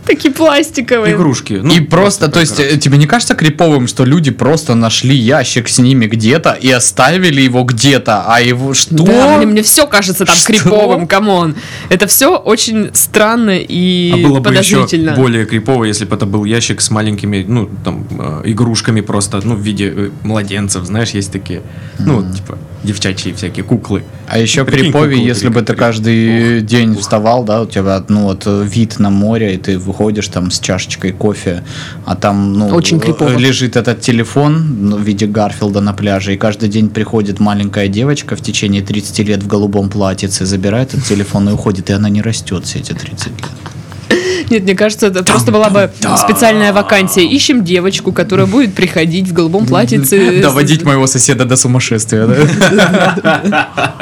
[SPEAKER 1] Такие пластиковые.
[SPEAKER 4] Игрушки. Ну,
[SPEAKER 2] и просто, то есть, э, тебе не кажется криповым, что люди просто нашли ящик с ними где-то и оставили его где-то, а его что?
[SPEAKER 1] Да, мне, все кажется там
[SPEAKER 2] Что?
[SPEAKER 1] криповым, камон. Это все очень странно и
[SPEAKER 4] А было бы еще
[SPEAKER 1] подозрительно.
[SPEAKER 4] более крипово, если бы это был ящик с маленькими, ну, там, э, игрушками просто, ну, в виде э, младенцев, знаешь, есть такие, ну, вот, типа, девчачьи всякие куклы.
[SPEAKER 2] А еще
[SPEAKER 4] Прикинь,
[SPEAKER 2] крипове,
[SPEAKER 4] кукла
[SPEAKER 2] если бы ты
[SPEAKER 4] прикольная.
[SPEAKER 2] каждый
[SPEAKER 4] Ух,
[SPEAKER 2] день
[SPEAKER 4] ух.
[SPEAKER 2] вставал, да, у тебя ну вот э, вид на море, и ты уходишь там с чашечкой кофе, а там ну,
[SPEAKER 1] Очень крипово.
[SPEAKER 2] э, лежит этот телефон ну, в виде Гарфилда на пляже, и каждый день приходит маленькая девочка в течение 30 лет в голубом платьице, забирает этот телефон и уходит, и она не растет все эти 30 лет.
[SPEAKER 1] Нет, мне кажется, это просто была бы специальная вакансия. Ищем девочку, которая будет приходить в голубом платьице.
[SPEAKER 3] Доводить моего соседа до сумасшествия. да?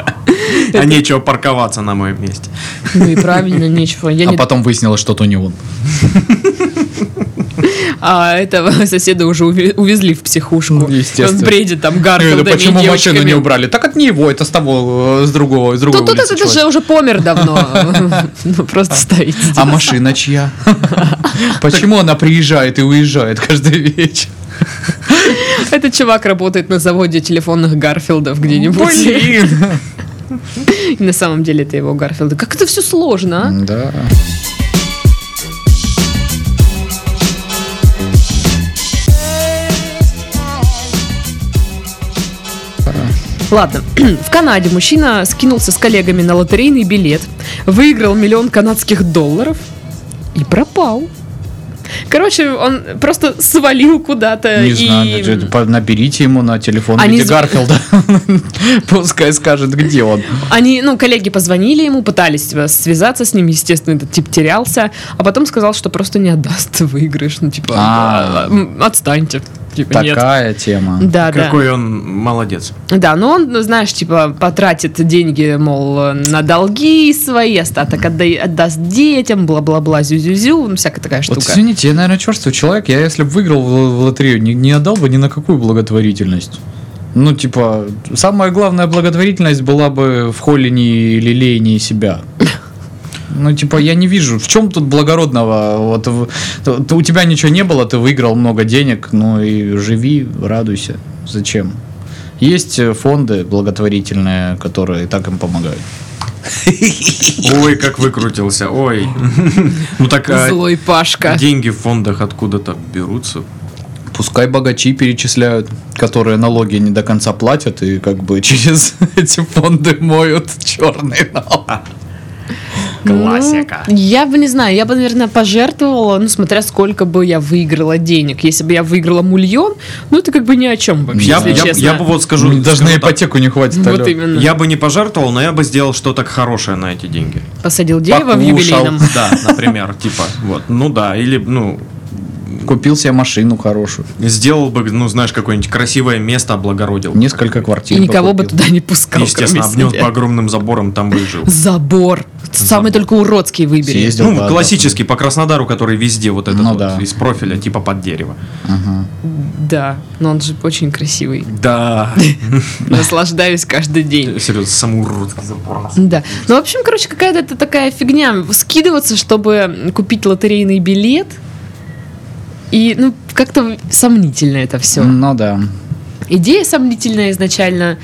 [SPEAKER 4] А нечего парковаться на моем месте.
[SPEAKER 1] Ну и правильно, нечего. Я
[SPEAKER 3] А
[SPEAKER 1] не-
[SPEAKER 3] потом выяснилось, что то не он.
[SPEAKER 1] А этого соседа уже уве- увезли в психушку. Он
[SPEAKER 3] Ну, естественно.
[SPEAKER 1] бредит там
[SPEAKER 3] Э, да
[SPEAKER 1] Гарфилдами
[SPEAKER 3] Почему
[SPEAKER 1] и
[SPEAKER 3] машину не
[SPEAKER 1] девочками.
[SPEAKER 3] убрали? Так от не его, это с того, э, с другого, с другой
[SPEAKER 1] Тут, тут
[SPEAKER 3] улицы
[SPEAKER 1] это
[SPEAKER 3] человек.
[SPEAKER 1] же уже помер давно. Ну, Просто стоит.
[SPEAKER 2] А машина чья?
[SPEAKER 3] Почему она приезжает и уезжает каждый вечер?
[SPEAKER 1] Этот чувак работает на заводе телефонных Гарфилдов где-нибудь. И на самом деле это его Гарфилд. Как это все сложно, а?
[SPEAKER 2] Да.
[SPEAKER 1] а? Ладно. В Канаде мужчина скинулся с коллегами на лотерейный билет, выиграл миллион канадских долларов и пропал. Короче, он просто свалил куда-то.
[SPEAKER 2] Не
[SPEAKER 1] Э, и...
[SPEAKER 2] знаю, это- по- наберите ему на телефон в
[SPEAKER 1] Они
[SPEAKER 2] виде
[SPEAKER 1] зв-
[SPEAKER 2] Гарфилда. Пускай скажет, где он.
[SPEAKER 1] Они, ну, коллеги позвонили ему, пытались э, связаться с ним, естественно, этот тип терялся, а потом сказал, что просто не отдаст выигрыш, ну, типа,
[SPEAKER 2] А,
[SPEAKER 1] «М, отстаньте, типа, нет.
[SPEAKER 2] Такая тема.
[SPEAKER 1] А, Да,
[SPEAKER 4] Какой он молодец.
[SPEAKER 1] да. Да, но он, ну, знаешь, типа, потратит деньги, мол, э, на долги свои, остаток отда- отдаст детям, бла-бла-бла, зю-зю-зю, ну, всякая такая
[SPEAKER 2] Вот
[SPEAKER 1] штука.
[SPEAKER 2] извините, я, наверное, черствый человек. Я, если бы выиграл в, в лотерею, не, не отдал бы ни на какую благотворительность. Ну, типа, самая главная благотворительность была бы в холле не лелеянии себя. Ну, типа, я не вижу, в чем тут благородного? Вот в- то- то у тебя ничего не было, ты выиграл много денег, ну и живи, радуйся. Зачем? Есть э, фонды благотворительные, которые и так им помогают.
[SPEAKER 4] Ой, как выкрутился, ой. Ну так а,
[SPEAKER 1] Злой Пашка.
[SPEAKER 4] деньги в фондах откуда-то берутся.
[SPEAKER 2] Пускай богачи перечисляют, которые налоги не до конца платят и как бы через эти фонды моют черный налог.
[SPEAKER 1] Классика. Ну, я бы не знаю, я бы, наверное, пожертвовала, ну, смотря сколько бы я выиграла денег. Если бы я выиграла мульон, ну, это как бы ни о чем вообще,
[SPEAKER 4] Я,
[SPEAKER 1] если
[SPEAKER 4] я-
[SPEAKER 1] честно.
[SPEAKER 4] я бы вот скажу,
[SPEAKER 2] Даже
[SPEAKER 4] скажу
[SPEAKER 2] на
[SPEAKER 4] так,
[SPEAKER 2] ипотеку не хватит.
[SPEAKER 1] Вот
[SPEAKER 2] алё.
[SPEAKER 1] именно.
[SPEAKER 4] я бы не пожертвовал, но я бы сделал что-то хорошее на эти деньги.
[SPEAKER 1] Посадил дерево в
[SPEAKER 2] Покушал.
[SPEAKER 1] юбилейном.
[SPEAKER 4] Да, например, типа, вот, ну да, или, ну,
[SPEAKER 2] Купил себе машину хорошую,
[SPEAKER 4] сделал бы, ну, знаешь, какое-нибудь красивое место облагородил.
[SPEAKER 2] несколько квартир.
[SPEAKER 1] И никого бы
[SPEAKER 2] покупил.
[SPEAKER 1] туда не пускал.
[SPEAKER 4] типа Естественно,
[SPEAKER 1] кроме
[SPEAKER 4] обнес
[SPEAKER 1] себя.
[SPEAKER 4] бы огромным забором, там бы и жил.
[SPEAKER 1] Забор. Самый только уродский выбери.
[SPEAKER 2] Съездил бы
[SPEAKER 4] Ну,
[SPEAKER 2] отдохнуть.
[SPEAKER 4] классический, по Краснодару, который везде вот этот
[SPEAKER 2] Ну
[SPEAKER 4] вот,
[SPEAKER 2] да.
[SPEAKER 4] из профиля, типа под дерево.
[SPEAKER 1] Да, но он же очень красивый.
[SPEAKER 4] Да.
[SPEAKER 1] Наслаждаюсь каждый день.
[SPEAKER 4] Серьезно, самуродский забор.
[SPEAKER 1] Да. Ну, в общем, короче, какая-то это такая фигня. Скидываться, чтобы купить лотерейный билет. И, ну, как-то сомнительно это все.
[SPEAKER 2] Ну да.
[SPEAKER 1] идея сомнительная изначально.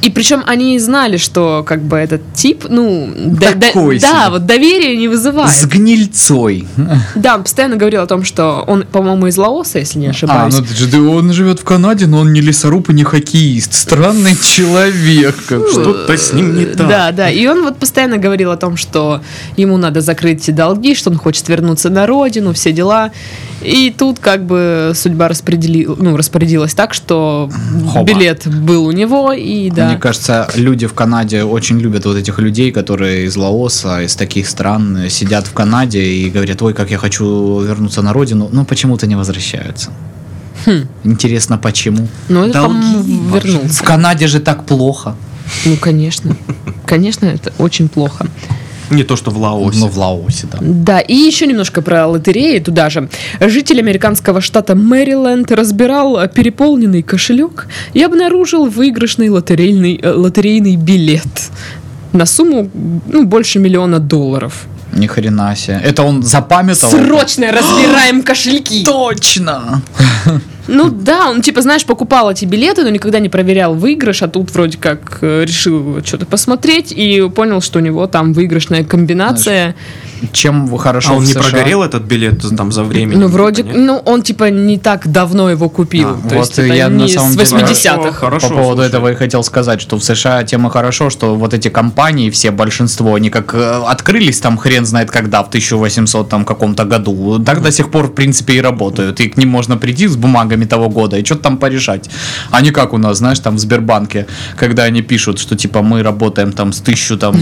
[SPEAKER 1] И причем они знали, что как бы этот тип, ну, да, да-
[SPEAKER 2] Такой
[SPEAKER 1] да,
[SPEAKER 2] себе.
[SPEAKER 1] вот доверие не вызывает.
[SPEAKER 2] С гнильцой.
[SPEAKER 1] Да, он постоянно говорил о том, что он, по-моему, из Лаоса, если не
[SPEAKER 2] А,
[SPEAKER 1] ошибаюсь.
[SPEAKER 2] ну ты же- да он живет в Канаде, но он не лесоруб и не хоккеист. Странный человек.
[SPEAKER 1] Ну,
[SPEAKER 2] как бы.
[SPEAKER 4] Что-то с ним не так.
[SPEAKER 1] Э, Да, да. И он вот постоянно говорил о том, что ему надо закрыть все долги, что он хочет вернуться на родину, все дела. И тут как бы судьба распределила, ну, распорядилась так, что
[SPEAKER 2] Хоба.
[SPEAKER 1] билет был у него, и да.
[SPEAKER 2] Мне кажется, люди в Канаде очень любят вот этих людей, которые из Лаоса, из таких стран э, сидят в Канаде и говорят, ой, как я хочу вернуться на родину, но почему-то не возвращаются. Интересно, почему?
[SPEAKER 1] Но это,
[SPEAKER 2] Долги,
[SPEAKER 1] Хм. по-моему,
[SPEAKER 2] Маша.
[SPEAKER 1] Ну, вернулся.
[SPEAKER 2] В Канаде же так плохо.
[SPEAKER 1] Ну, конечно. Конечно, это очень плохо.
[SPEAKER 4] Не то, что в Лаосе.
[SPEAKER 2] Ну, в Лаосе, да.
[SPEAKER 1] Да, и еще немножко про лотереи туда же. Житель американского штата Мэриленд разбирал переполненный кошелек и обнаружил выигрышный лотерейный, э, лотерейный билет на сумму ну, больше миллиона долларов.
[SPEAKER 2] Ни хрена себе. Это он запамятовал?
[SPEAKER 1] Срочно разбираем кошельки!
[SPEAKER 2] Точно!
[SPEAKER 1] Ну да, он типа, знаешь, покупал эти билеты, но никогда не проверял выигрыш, а тут вроде как э, решил что-то посмотреть и понял, что у него там выигрышная комбинация.
[SPEAKER 2] Чем хорошо
[SPEAKER 4] А он
[SPEAKER 2] в
[SPEAKER 4] не
[SPEAKER 2] США?
[SPEAKER 4] прогорел этот билет там за время?
[SPEAKER 1] ну вроде,
[SPEAKER 4] Понятно.
[SPEAKER 1] ну он типа не так давно его купил,
[SPEAKER 2] А,
[SPEAKER 1] то
[SPEAKER 2] вот
[SPEAKER 1] есть это
[SPEAKER 2] я на
[SPEAKER 1] не
[SPEAKER 2] самом
[SPEAKER 1] с
[SPEAKER 2] деле-
[SPEAKER 1] 80-х.
[SPEAKER 4] Хорошо,
[SPEAKER 2] По поводу
[SPEAKER 4] слушай.
[SPEAKER 2] этого и хотел сказать, что в США тема хорошо, что вот эти компании, все большинство, они как э, открылись там хрен знает когда, в 1800 там каком-то году, так до сих пор в принципе и работают, и к ним можно прийти с бумагами того года и что-то там порешать, а не как у нас, знаешь, там в Сбербанке, когда они пишут, что типа мы работаем там с тысячу там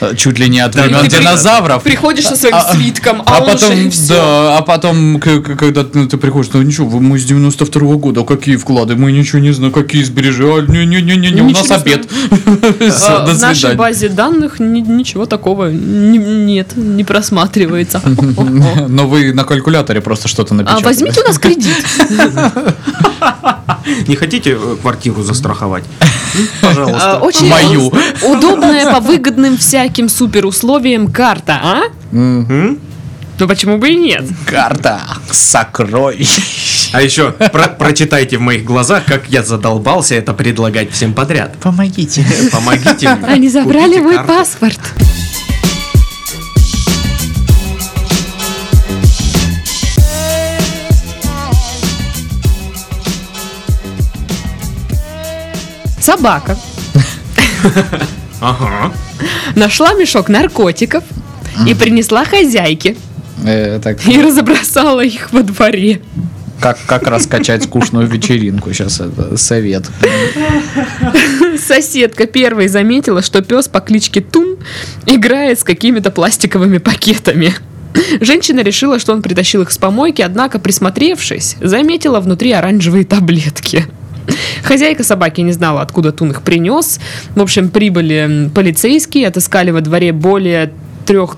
[SPEAKER 2] э, чуть ли не от
[SPEAKER 4] ну,
[SPEAKER 2] времен
[SPEAKER 1] ты
[SPEAKER 4] типа,
[SPEAKER 1] при-
[SPEAKER 2] динозавров,
[SPEAKER 1] Приходишь со своим
[SPEAKER 2] А-
[SPEAKER 1] свитком, а, он
[SPEAKER 2] а
[SPEAKER 1] уже
[SPEAKER 2] потом,
[SPEAKER 1] и всё.
[SPEAKER 2] да, а потом, к- к- когда ты, ну, ты приходишь, ну ничего, вы- мы с 92 года, какие вклады, мы ничего не знаем, какие а, сбережения, не-не-не-не, у
[SPEAKER 1] Ничего
[SPEAKER 2] нас
[SPEAKER 1] не
[SPEAKER 2] обед. Всё,
[SPEAKER 1] А,
[SPEAKER 2] до
[SPEAKER 1] в нашей
[SPEAKER 2] свидания.
[SPEAKER 1] базе данных ни- ничего такого не- нет, не просматривается.
[SPEAKER 2] Но вы на калькуляторе просто что-то
[SPEAKER 1] А
[SPEAKER 2] напечатали.
[SPEAKER 1] возьмите у нас кредит.
[SPEAKER 4] Не хотите э, квартиру застраховать? М, Пожалуйста.
[SPEAKER 1] А, Очень
[SPEAKER 2] Мою.
[SPEAKER 1] удобная по выгодным всяким супер условиям карта, а?
[SPEAKER 4] М?
[SPEAKER 1] Ну почему бы и нет?
[SPEAKER 2] Карта сокровищ.
[SPEAKER 4] А еще про- прочитайте в моих глазах, как я задолбался это предлагать всем подряд.
[SPEAKER 2] Помогите.
[SPEAKER 4] Помогите мне.
[SPEAKER 1] Они А забрали
[SPEAKER 4] Купите
[SPEAKER 1] мой
[SPEAKER 4] карту.
[SPEAKER 1] паспорт. Собака
[SPEAKER 4] Ага.
[SPEAKER 1] нашла мешок наркотиков и принесла хозяйке
[SPEAKER 2] Э, Так,
[SPEAKER 1] и разбросала их во дворе.
[SPEAKER 2] как, как раскачать скучную вечеринку, сейчас это совет.
[SPEAKER 1] Соседка первой заметила, что пес по кличке Тун играет с какими-то пластиковыми пакетами. Женщина решила, что он притащил их с помойки, однако, присмотревшись, заметила внутри оранжевые таблетки. Хозяйка собаки не знала, откуда Тун их принес. В общем, прибыли м, полицейские, отыскали во дворе более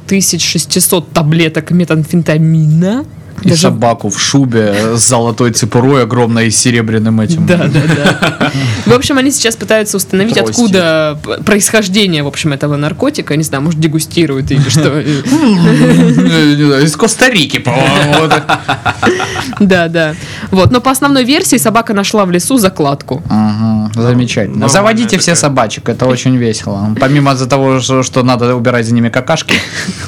[SPEAKER 1] 3600 таблеток метамфетамина.
[SPEAKER 2] И
[SPEAKER 1] Даже-
[SPEAKER 2] собаку в шубе с золотой цепурой огромной и серебряным этим.
[SPEAKER 1] да, да, да. В общем, они сейчас пытаются установить,
[SPEAKER 2] Тростью.
[SPEAKER 1] откуда п- происхождение, в общем, этого наркотика. Не знаю, может, дегустируют или что.
[SPEAKER 2] Э, Не знаю, Из Коста-Рики, по-моему. вот так.
[SPEAKER 1] Да, да. Вот, но по основной версии собака нашла в лесу закладку.
[SPEAKER 2] Ага, замечательно.
[SPEAKER 4] Нормальная
[SPEAKER 2] Заводите все
[SPEAKER 4] такая.
[SPEAKER 2] собачек, это очень весело. Помимо за того, что, что надо убирать за ними какашки,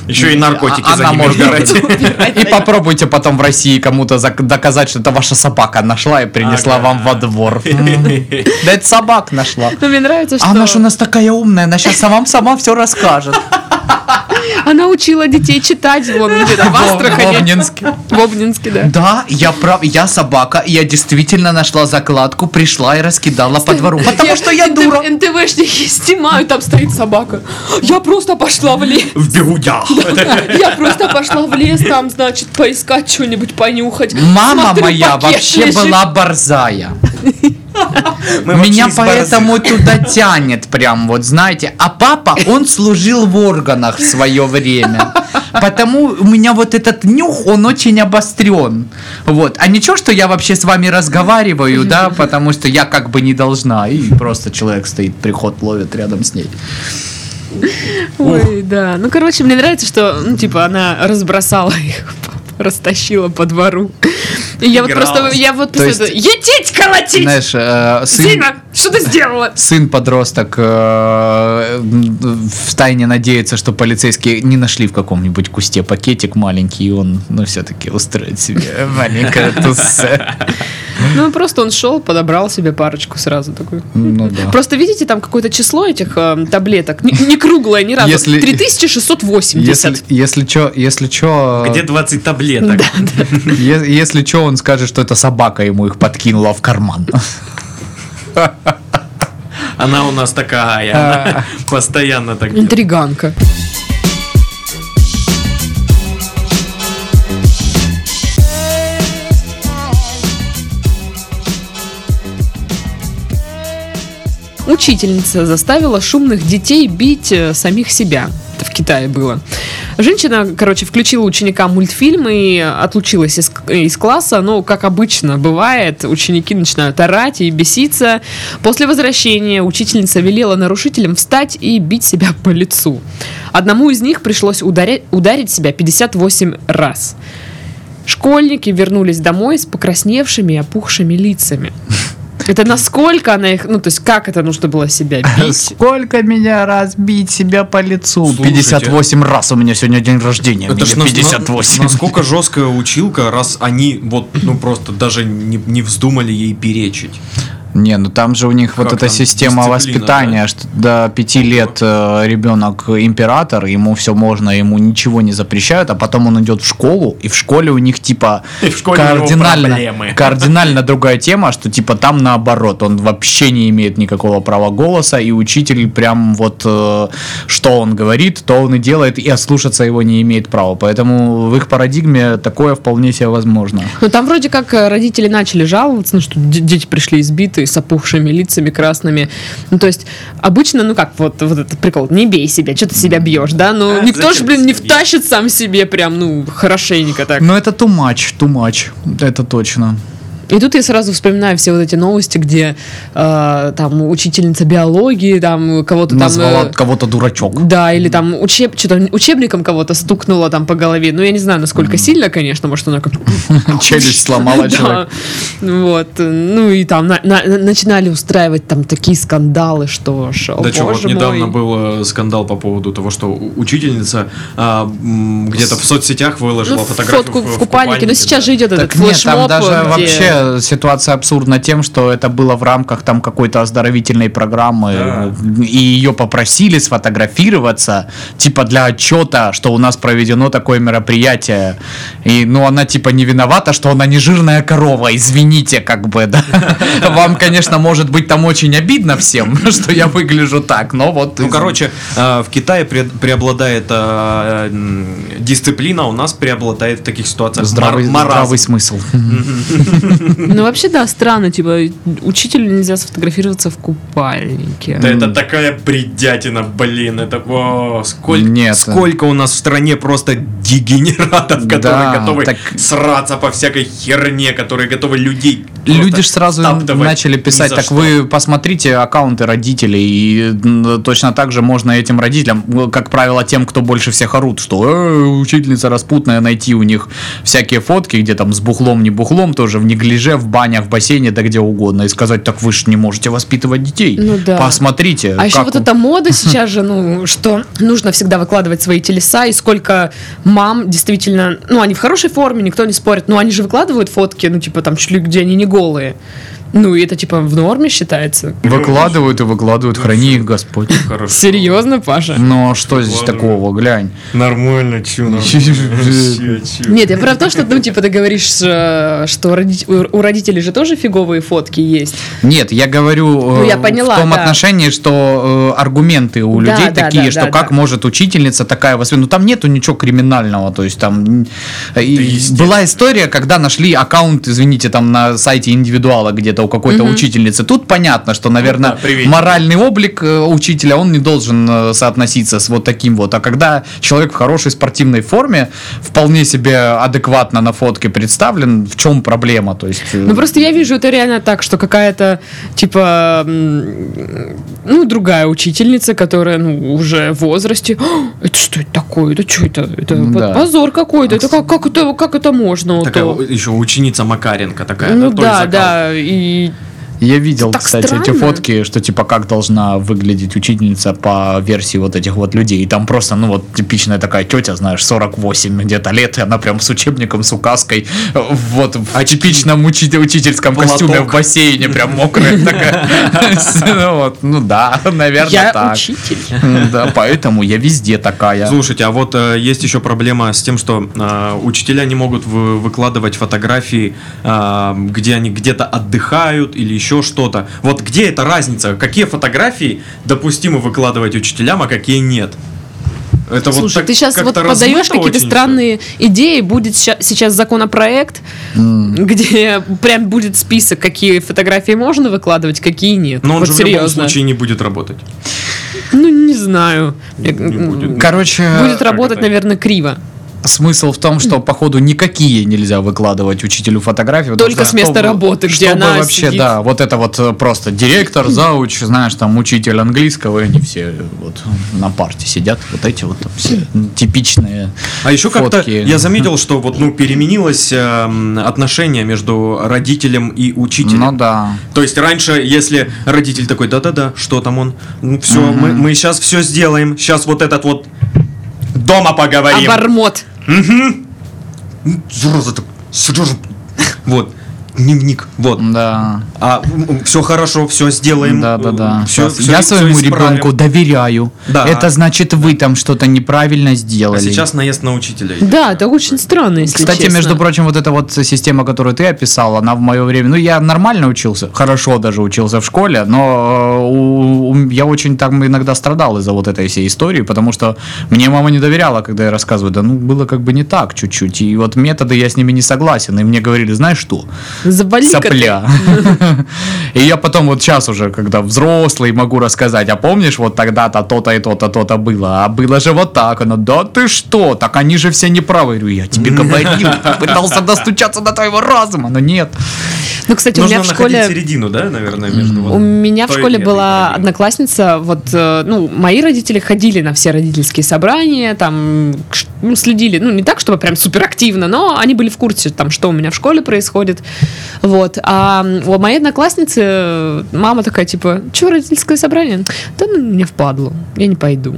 [SPEAKER 4] Еще и наркотики
[SPEAKER 2] А-
[SPEAKER 4] за
[SPEAKER 2] она
[SPEAKER 4] ними
[SPEAKER 2] может
[SPEAKER 4] убирать.
[SPEAKER 2] и попробуйте потом в России кому-то зак- доказать, что это ваша собака нашла и принесла
[SPEAKER 4] Ага.
[SPEAKER 2] вам во двор. М. Да это собак нашла.
[SPEAKER 1] Но Ну, мне нравится, что
[SPEAKER 2] А Она ж у нас такая умная, она сейчас вам сама все расскажет.
[SPEAKER 1] она учила детей читать вон где-то в
[SPEAKER 2] В
[SPEAKER 1] Астрахани.
[SPEAKER 2] Обнинске.
[SPEAKER 1] В Обнинске, да.
[SPEAKER 2] Да, я прав, я собака, я действительно нашла закладку, пришла и раскидала по двору. Потому что я
[SPEAKER 1] НТ-
[SPEAKER 2] дура.
[SPEAKER 1] НТВшники снимают, там стоит собака. Я просто пошла в лес.
[SPEAKER 4] В бегудях.
[SPEAKER 1] Я просто пошла в лес, там, значит, поискать что-нибудь, понюхать.
[SPEAKER 2] Мама
[SPEAKER 1] Смотрю,
[SPEAKER 2] моя
[SPEAKER 1] пакет
[SPEAKER 2] вообще
[SPEAKER 1] лежит.
[SPEAKER 2] была борзая.
[SPEAKER 4] Мы
[SPEAKER 2] Меня
[SPEAKER 4] вообще из
[SPEAKER 2] поэтому туда тянет прям, вот знаете. А папа, он служил в органах в свое время. Потому у меня вот этот нюх, он очень обострен. Вот. А ничего, что я вообще с вами разговариваю, да, потому что я как бы не должна. И просто человек стоит, приход ловит рядом с ней.
[SPEAKER 1] Ой, да. Ну, короче, мне нравится, что, ну, типа, она разбросала их, растащила по двору. И я вот
[SPEAKER 4] Игралась.
[SPEAKER 1] просто, я вот
[SPEAKER 2] То
[SPEAKER 1] просто, етить колотить!
[SPEAKER 2] Знаешь, э, сын,
[SPEAKER 1] Зина, что ты сделала?
[SPEAKER 2] сын подросток э, в тайне надеется, что полицейские не нашли в каком-нибудь кусте пакетик маленький, и он, ну, все-таки устроит себе маленькое тусе.
[SPEAKER 1] Ну, просто он шел, подобрал себе парочку сразу такую.
[SPEAKER 2] Ну да.
[SPEAKER 1] Просто видите, там какое-то число этих эм, таблеток, не, не круглое ни разу,
[SPEAKER 2] Если-
[SPEAKER 1] 3680.
[SPEAKER 2] Если, если чё, если чё,
[SPEAKER 4] Где 20 таблеток?
[SPEAKER 2] е- если чё, он скажет, что это собака ему их подкинула в карман.
[SPEAKER 4] Она у нас такая.
[SPEAKER 1] А.
[SPEAKER 4] она Постоянно так делает.
[SPEAKER 1] Интриганка. Учительница заставила шумных детей бить э, самих себя. Это в Китае было. Женщина, короче, включила ученика мультфильм и отлучилась из, из класса. Но, как обычно бывает, ученики начинают орать и беситься. После возвращения учительница велела нарушителям встать и бить себя по лицу. Одному из них пришлось ударя- ударить себя 58 раз. Школьники вернулись домой с покрасневшими и опухшими лицами. Это насколько она их, ну то есть как это нужно было себя бить?
[SPEAKER 2] Сколько меня разбить себя по лицу?
[SPEAKER 4] Слушайте.
[SPEAKER 2] 58 раз у меня сегодня день рождения.
[SPEAKER 4] Это
[SPEAKER 2] Мне
[SPEAKER 4] ж ну, нас- на-
[SPEAKER 2] 58.
[SPEAKER 4] насколько жесткая училка, раз они вот, ну просто даже не, не вздумали ей перечить.
[SPEAKER 2] Не, ну там же у них вот
[SPEAKER 4] Как
[SPEAKER 2] эта
[SPEAKER 4] там?
[SPEAKER 2] система
[SPEAKER 4] Дисциплина,
[SPEAKER 2] воспитания,
[SPEAKER 4] да?
[SPEAKER 2] что до пяти лет э, ребенок император, ему все можно, ему ничего не запрещают, а потом он идет в школу, и в школе у них типа
[SPEAKER 7] И в школе у него
[SPEAKER 2] кардинально,
[SPEAKER 7] проблемы.
[SPEAKER 2] кардинально другая тема, что типа там наоборот, он вообще не имеет никакого права голоса, и учитель прям вот э, что он говорит, то он и делает, и ослушаться его не имеет права. Поэтому в их парадигме такое вполне себе возможно.
[SPEAKER 1] Ну там вроде как э, родители начали жаловаться, ну что де- дети пришли избитые, с опухшими лицами красными. Ну то есть обычно, ну как вот, вот этот прикол, не бей себя, что ты себя бьешь, да? Ну
[SPEAKER 7] А,
[SPEAKER 1] никто же,
[SPEAKER 7] зачем
[SPEAKER 1] блин,
[SPEAKER 7] себя
[SPEAKER 1] не
[SPEAKER 7] бить?
[SPEAKER 1] втащит сам себе прям, ну хорошенько так.
[SPEAKER 2] Но это too much, too much, это точно.
[SPEAKER 1] И тут я сразу вспоминаю все вот эти новости, где э, там учительница биологии, там кого-то там...
[SPEAKER 2] Назвала
[SPEAKER 1] э,
[SPEAKER 2] кого-то дурачок.
[SPEAKER 1] Да, или там учеб, что-то учебником кого-то стукнула там по голове. Ну, я не знаю, насколько сильно, конечно, может, она как
[SPEAKER 2] Челюсть сломала человек.
[SPEAKER 1] Да. Вот. Ну и там на- на- начинали устраивать там такие скандалы, что ж. о,
[SPEAKER 4] да что, вот
[SPEAKER 1] боже
[SPEAKER 4] недавно
[SPEAKER 1] мой.
[SPEAKER 4] был э, скандал по поводу того, что у- учительница а, м, где-то в соцсетях выложила
[SPEAKER 1] Ну,
[SPEAKER 4] фотографию
[SPEAKER 1] фотку в, купальнике. Но сейчас
[SPEAKER 4] да.
[SPEAKER 1] же идет этот
[SPEAKER 2] Так нет, там
[SPEAKER 1] флешмоб. э,
[SPEAKER 2] даже
[SPEAKER 1] где-
[SPEAKER 2] вообще ситуация абсурдна тем, что это было в рамках там какой-то оздоровительной программы, и ее попросили сфотографироваться, типа для отчета, что у нас проведено такое мероприятие. И, ну, она типа не виновата, что она не жирная корова, извините, как бы, да. Вам, конечно, может быть там очень обидно всем, что я выгляжу так, но вот...
[SPEAKER 4] Ну, короче, э, в Китае пре- преобладает э, м, дисциплина, а у нас преобладает в таких ситуациях
[SPEAKER 2] Здравый,
[SPEAKER 4] мар- маразм.
[SPEAKER 2] здравый смысл.
[SPEAKER 1] Ну, вообще, да, странно. Типа, учителю нельзя сфотографироваться в купальнике.
[SPEAKER 4] Да это такая бредятина, блин, это о, сколько,
[SPEAKER 2] Нет.
[SPEAKER 4] сколько у нас в стране просто дегенератов, которые
[SPEAKER 2] Да,
[SPEAKER 4] готовы
[SPEAKER 2] так-
[SPEAKER 4] сраться по всякой херне, которые готовы людей.
[SPEAKER 2] Люди
[SPEAKER 4] просто
[SPEAKER 2] ж сразу
[SPEAKER 4] стаптывать
[SPEAKER 2] начали
[SPEAKER 4] ни
[SPEAKER 2] писать,
[SPEAKER 4] за
[SPEAKER 2] так
[SPEAKER 4] что».
[SPEAKER 2] вы посмотрите аккаунты родителей, и м, точно так же можно этим родителям, ну, как правило, тем, кто больше всех орут, что «Э, учительница распутная, найти у них всякие фотки, где там с бухлом, не бухлом, тоже в неглиже, в банях, в бассейне, да где угодно, и сказать, так вы же не можете воспитывать детей,
[SPEAKER 1] Ну да.
[SPEAKER 2] посмотрите.
[SPEAKER 1] А еще
[SPEAKER 2] Э, как
[SPEAKER 1] вот
[SPEAKER 2] он».
[SPEAKER 1] эта мода сейчас же, ну, что нужно всегда выкладывать свои телеса, и сколько мам действительно, ну, они в хорошей форме, никто не спорит, но они же выкладывают фотки, ну, типа, там, чуть ли где они не голые. Ну, и это, типа, в норме считается.
[SPEAKER 2] Выкладывают и выкладывают, храни их Господь.
[SPEAKER 4] Хорошо.
[SPEAKER 1] Серьезно, Паша?
[SPEAKER 2] Но что здесь
[SPEAKER 4] Выкладывают.
[SPEAKER 2] такого, глянь.
[SPEAKER 4] Нормально, чё, нормально. Чё, чё.
[SPEAKER 1] Нет, я про то, что, ну, типа, ты говоришь, э, что роди- у у родителей же тоже фиговые фотки есть.
[SPEAKER 2] Нет, я говорю э,
[SPEAKER 1] Ну, я поняла,
[SPEAKER 2] в том
[SPEAKER 1] да.
[SPEAKER 2] отношении, что э, аргументы
[SPEAKER 1] Да,
[SPEAKER 2] у людей
[SPEAKER 1] да,
[SPEAKER 2] такие,
[SPEAKER 1] да,
[SPEAKER 2] что
[SPEAKER 1] да,
[SPEAKER 2] как
[SPEAKER 1] да.
[SPEAKER 2] может учительница такая воспитывать. Ну там нету ничего криминального, то есть там м, и была история, когда нашли аккаунт, извините, там на сайте индивидуала где-то у какой-то учительницы. Тут понятно, что, наверное,
[SPEAKER 4] да, привет.
[SPEAKER 2] моральный облик э, учителя он не должен э, соотноситься с вот таким вот. А когда человек в хорошей спортивной форме, вполне себе адекватно на фотке представлен, в чем проблема? То есть э,
[SPEAKER 1] Ну просто я вижу это реально так, что какая-то типа м, ну другая учительница, которая ну уже в возрасте. «А, Это что это такое? Это что это? Это
[SPEAKER 2] Ну
[SPEAKER 1] по-
[SPEAKER 2] да.
[SPEAKER 1] позор какой-то. Это как как это как это можно? вот
[SPEAKER 4] Такая
[SPEAKER 2] ну
[SPEAKER 1] то?»
[SPEAKER 4] еще ученица Макаренко такая.
[SPEAKER 1] Ну
[SPEAKER 4] да, Толь
[SPEAKER 1] да,
[SPEAKER 4] Закал.
[SPEAKER 1] да и
[SPEAKER 2] Я видел,
[SPEAKER 1] Так
[SPEAKER 2] кстати, эти
[SPEAKER 1] странно.
[SPEAKER 2] фотки, что типа как должна выглядеть учительница по версии вот этих вот людей. И там просто, ну вот типичная такая тетя, знаешь, 48 где-то лет, и она прям с учебником, с указкой, э, вот в типичном учи- учительском костюме в
[SPEAKER 4] Платок.
[SPEAKER 2] бассейне, прям мокрая такая. Ну вот, Ну да, наверное,
[SPEAKER 1] я
[SPEAKER 2] так.
[SPEAKER 1] учитель.
[SPEAKER 2] М, Да, поэтому я везде такая.
[SPEAKER 4] Слушайте, а вот э, есть еще проблема с тем, что э, учителя не могут вы- выкладывать фотографии, э, где они где-то отдыхают или еще что-то. Вот где эта разница? Какие фотографии допустимо выкладывать учителям, а какие нет? Это
[SPEAKER 1] Слушай,
[SPEAKER 4] так
[SPEAKER 1] ты сейчас
[SPEAKER 4] как-то
[SPEAKER 1] вот подаешь
[SPEAKER 4] размыто
[SPEAKER 1] какие-то
[SPEAKER 4] очень всё.
[SPEAKER 1] странные идеи, будет ща- сейчас законопроект, где прям будет список, какие фотографии можно выкладывать, какие нет.
[SPEAKER 4] Но он
[SPEAKER 1] вот
[SPEAKER 4] же в любом
[SPEAKER 1] серьезно.
[SPEAKER 4] случае не будет работать.
[SPEAKER 1] Ну не знаю.
[SPEAKER 4] Не будет.
[SPEAKER 2] Короче,
[SPEAKER 1] ну, Будет работать,
[SPEAKER 4] это?
[SPEAKER 1] наверное, криво.
[SPEAKER 2] смысл в том, что, походу, никакие нельзя выкладывать учителю фотографии. потому
[SPEAKER 1] Только
[SPEAKER 2] что
[SPEAKER 1] с места
[SPEAKER 2] чтобы-
[SPEAKER 1] работы, где
[SPEAKER 2] чтобы
[SPEAKER 1] она
[SPEAKER 2] вообще,
[SPEAKER 1] сидит.
[SPEAKER 2] да, вот это вот э, просто директор, зауч, знаешь, там учитель английского, и они все вот на парте сидят, вот эти вот там все типичные
[SPEAKER 4] А еще как-то
[SPEAKER 2] фотки.
[SPEAKER 4] я заметил, что вот ну переменилось эм, отношение между родителем и учителем.
[SPEAKER 2] Ну да.
[SPEAKER 4] То есть раньше, если родитель такой, да-да-да, что там он, все, мы, мы сейчас все сделаем, сейчас вот этот вот дома
[SPEAKER 1] А
[SPEAKER 4] поговорим.
[SPEAKER 1] Обормот.
[SPEAKER 4] Зараза ты, Сережа, вот, дневник, вот.
[SPEAKER 2] Да,
[SPEAKER 4] А все хорошо, все сделаем.
[SPEAKER 2] да, да, да.
[SPEAKER 4] Все,
[SPEAKER 2] я своему ребенку доверяю.
[SPEAKER 4] Да.
[SPEAKER 2] Это значит, вы там что-то неправильно сделали.
[SPEAKER 4] А сейчас наезд на учителя.
[SPEAKER 1] Да, это очень странно, если
[SPEAKER 2] Кстати,
[SPEAKER 1] честно.
[SPEAKER 2] между прочим, вот эта вот система, которую ты описал, она в мое время, ну я нормально учился, хорошо даже учился в школе, но э, у- у- я очень там иногда страдал из-за вот этой всей истории, потому что мне мама не доверяла, когда я рассказываю, да ну было как бы не так чуть-чуть, и вот методы я с ними не согласен, и мне говорили, знаешь что,
[SPEAKER 1] Завали-ка ты.
[SPEAKER 2] сопля. И я потом вот сейчас уже, когда взрослый, могу рассказать, а помнишь, вот тогда-то то-то и то-то, то-то было, а было же вот так. Она, да ты что, так они же все неправы. Я говорю, я тебе говорил, пытался достучаться до твоего разума, но нет.
[SPEAKER 1] Ну, кстати, у
[SPEAKER 4] Нужно
[SPEAKER 1] меня в
[SPEAKER 4] находить
[SPEAKER 1] школе...
[SPEAKER 4] середину, да, наверное, между вот
[SPEAKER 1] У меня в
[SPEAKER 4] той и
[SPEAKER 1] школе
[SPEAKER 4] этой
[SPEAKER 1] была
[SPEAKER 4] половиной.
[SPEAKER 1] одноклассница, вот, э, ну, мои родители ходили на все родительские собрания, там, кш- ну, следили, ну, не так, чтобы прям суперактивно, но они были в курсе, там, что у меня в школе происходит, вот. А у моей одноклассницы э, мама такая, типа, чего родительское собрание? Да ну, мне впадло, я не пойду.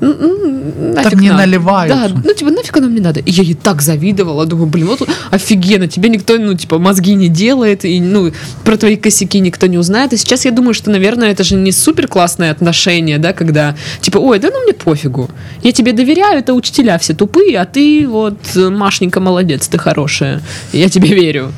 [SPEAKER 1] М, м, М-м, нафиг
[SPEAKER 2] мне
[SPEAKER 1] надо».
[SPEAKER 2] наливаются.
[SPEAKER 1] Да, ну, типа, нафиг оно мне надо? И я ей так завидовала, думаю, блин, вот офигенно, тебе никто, ну, типа, мозги не делает, и, ну, про твои косяки никто не узнает. И сейчас я думаю, что, наверное, это же не супер классное отношение, да, когда, типа, ой, да ну мне пофигу, я тебе доверяю, это учителя все тупые, а ты вот, э, Машенька, молодец, ты хорошая, я тебе верю.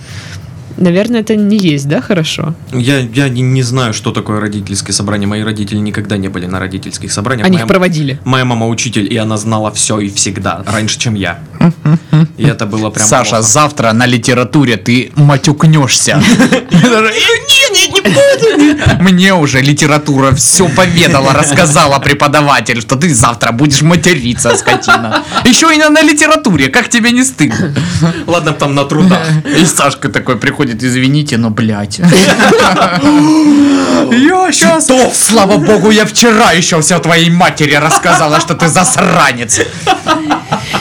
[SPEAKER 1] Наверное, это не есть, да, хорошо?
[SPEAKER 4] Я, я не, не знаю, что такое родительское собрание. Мои родители никогда не были на родительских собраниях.
[SPEAKER 1] Они
[SPEAKER 4] моя,
[SPEAKER 1] их проводили.
[SPEAKER 4] моя мама учитель, и она знала все и всегда, раньше, чем я. И это было прям
[SPEAKER 2] Саша,
[SPEAKER 4] плохо.
[SPEAKER 2] завтра на литературе ты матюкнешься. Я даже, «Э, не, не, не буду». Мне уже литература все поведала, рассказала преподаватель, что ты завтра будешь материться, скотина. Еще и на, на литературе, как тебе не стыдно?
[SPEAKER 4] Ладно, б там на трудах.
[SPEAKER 2] И Сашка такой приходит, извините, но блядь.
[SPEAKER 4] Я сейчас...
[SPEAKER 2] Слава богу, я вчера еще все твоей матери рассказала, что ты засранец.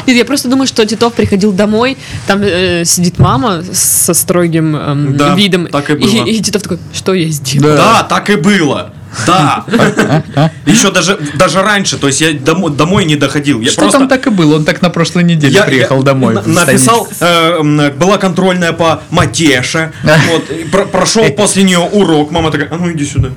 [SPEAKER 1] Нет, я просто думаю, что Титов приходил домой, там э, сидит мама со строгим эм,
[SPEAKER 4] Да,
[SPEAKER 1] видом.
[SPEAKER 4] так и было.
[SPEAKER 1] И, Титов такой, что я сделал?
[SPEAKER 4] Да, так и было. Да. Еще даже, даже раньше, то есть я домо- домой не доходил. Я
[SPEAKER 2] Что
[SPEAKER 4] просто...
[SPEAKER 2] там так и было? Он так на прошлой неделе
[SPEAKER 4] Я-
[SPEAKER 2] приехал
[SPEAKER 4] я
[SPEAKER 2] домой.
[SPEAKER 4] на-
[SPEAKER 2] в
[SPEAKER 4] Написал, э, м, была контрольная по матеше. Вот, и про- прошел после нее урок. Мама такая, а ну иди сюда.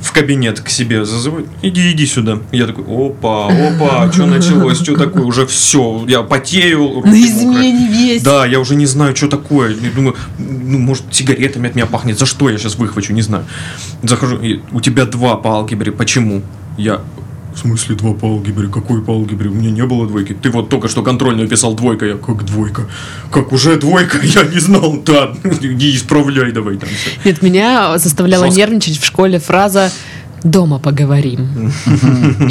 [SPEAKER 4] В кабинет к себе зазывает. Иди, иди сюда. Я такой, опа, опа, что началось, что такое? Уже все, я потею. руки
[SPEAKER 1] На
[SPEAKER 4] мокрые.
[SPEAKER 1] измене весь.
[SPEAKER 4] Да, я уже не знаю, что такое. Я думаю, ну, может, сигаретами от меня пахнет. За что я сейчас выхвачу, не знаю. Захожу, и, у тебя два по алгебре, почему? Я, в смысле два по алгебре? Какой по алгебре? У меня не было двойки. Ты вот только что контрольную писал двойка. Я, как двойка? Как уже двойка? Я не знал. Да, иди исправляй давай там всё.
[SPEAKER 1] Нет, меня заставляла
[SPEAKER 4] Жестко.
[SPEAKER 1] нервничать в школе фраза дома поговорим.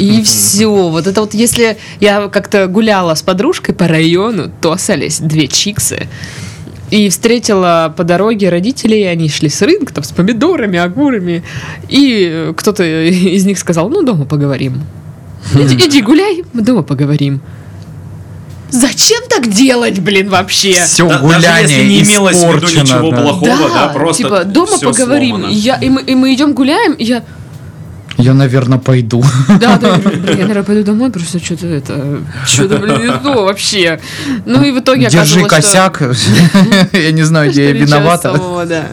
[SPEAKER 1] И все. Вот это вот если я как-то гуляла с подружкой по району, тосались две чиксы. И встретила по дороге родителей, они шли с рынка, там, с помидорами, огурами. И э, кто-то из них сказал, ну, дома поговорим. Иди, иди гуляй, мы дома поговорим. Зачем так делать, блин, вообще?
[SPEAKER 2] Все
[SPEAKER 4] Да, даже если не
[SPEAKER 2] гуляние
[SPEAKER 4] имелось в виду
[SPEAKER 2] испорчено.
[SPEAKER 4] ничего
[SPEAKER 2] да.
[SPEAKER 4] плохого, да, просто
[SPEAKER 1] типа, дома
[SPEAKER 4] всё
[SPEAKER 1] поговорим.
[SPEAKER 4] сломано.
[SPEAKER 1] И, я, и, мы, и мы идем гуляем, и я...
[SPEAKER 2] Я, наверное, пойду.
[SPEAKER 1] Да, да, я, говорю, «Блин, я, наверное, пойду домой, просто что-то это... Что-то, блин, не то вообще. Ну и в итоге
[SPEAKER 2] Держи
[SPEAKER 1] оказалось,
[SPEAKER 2] косяк. Я не знаю,
[SPEAKER 1] что...
[SPEAKER 2] где я
[SPEAKER 1] что ничего
[SPEAKER 2] виновата.
[SPEAKER 1] самого, да.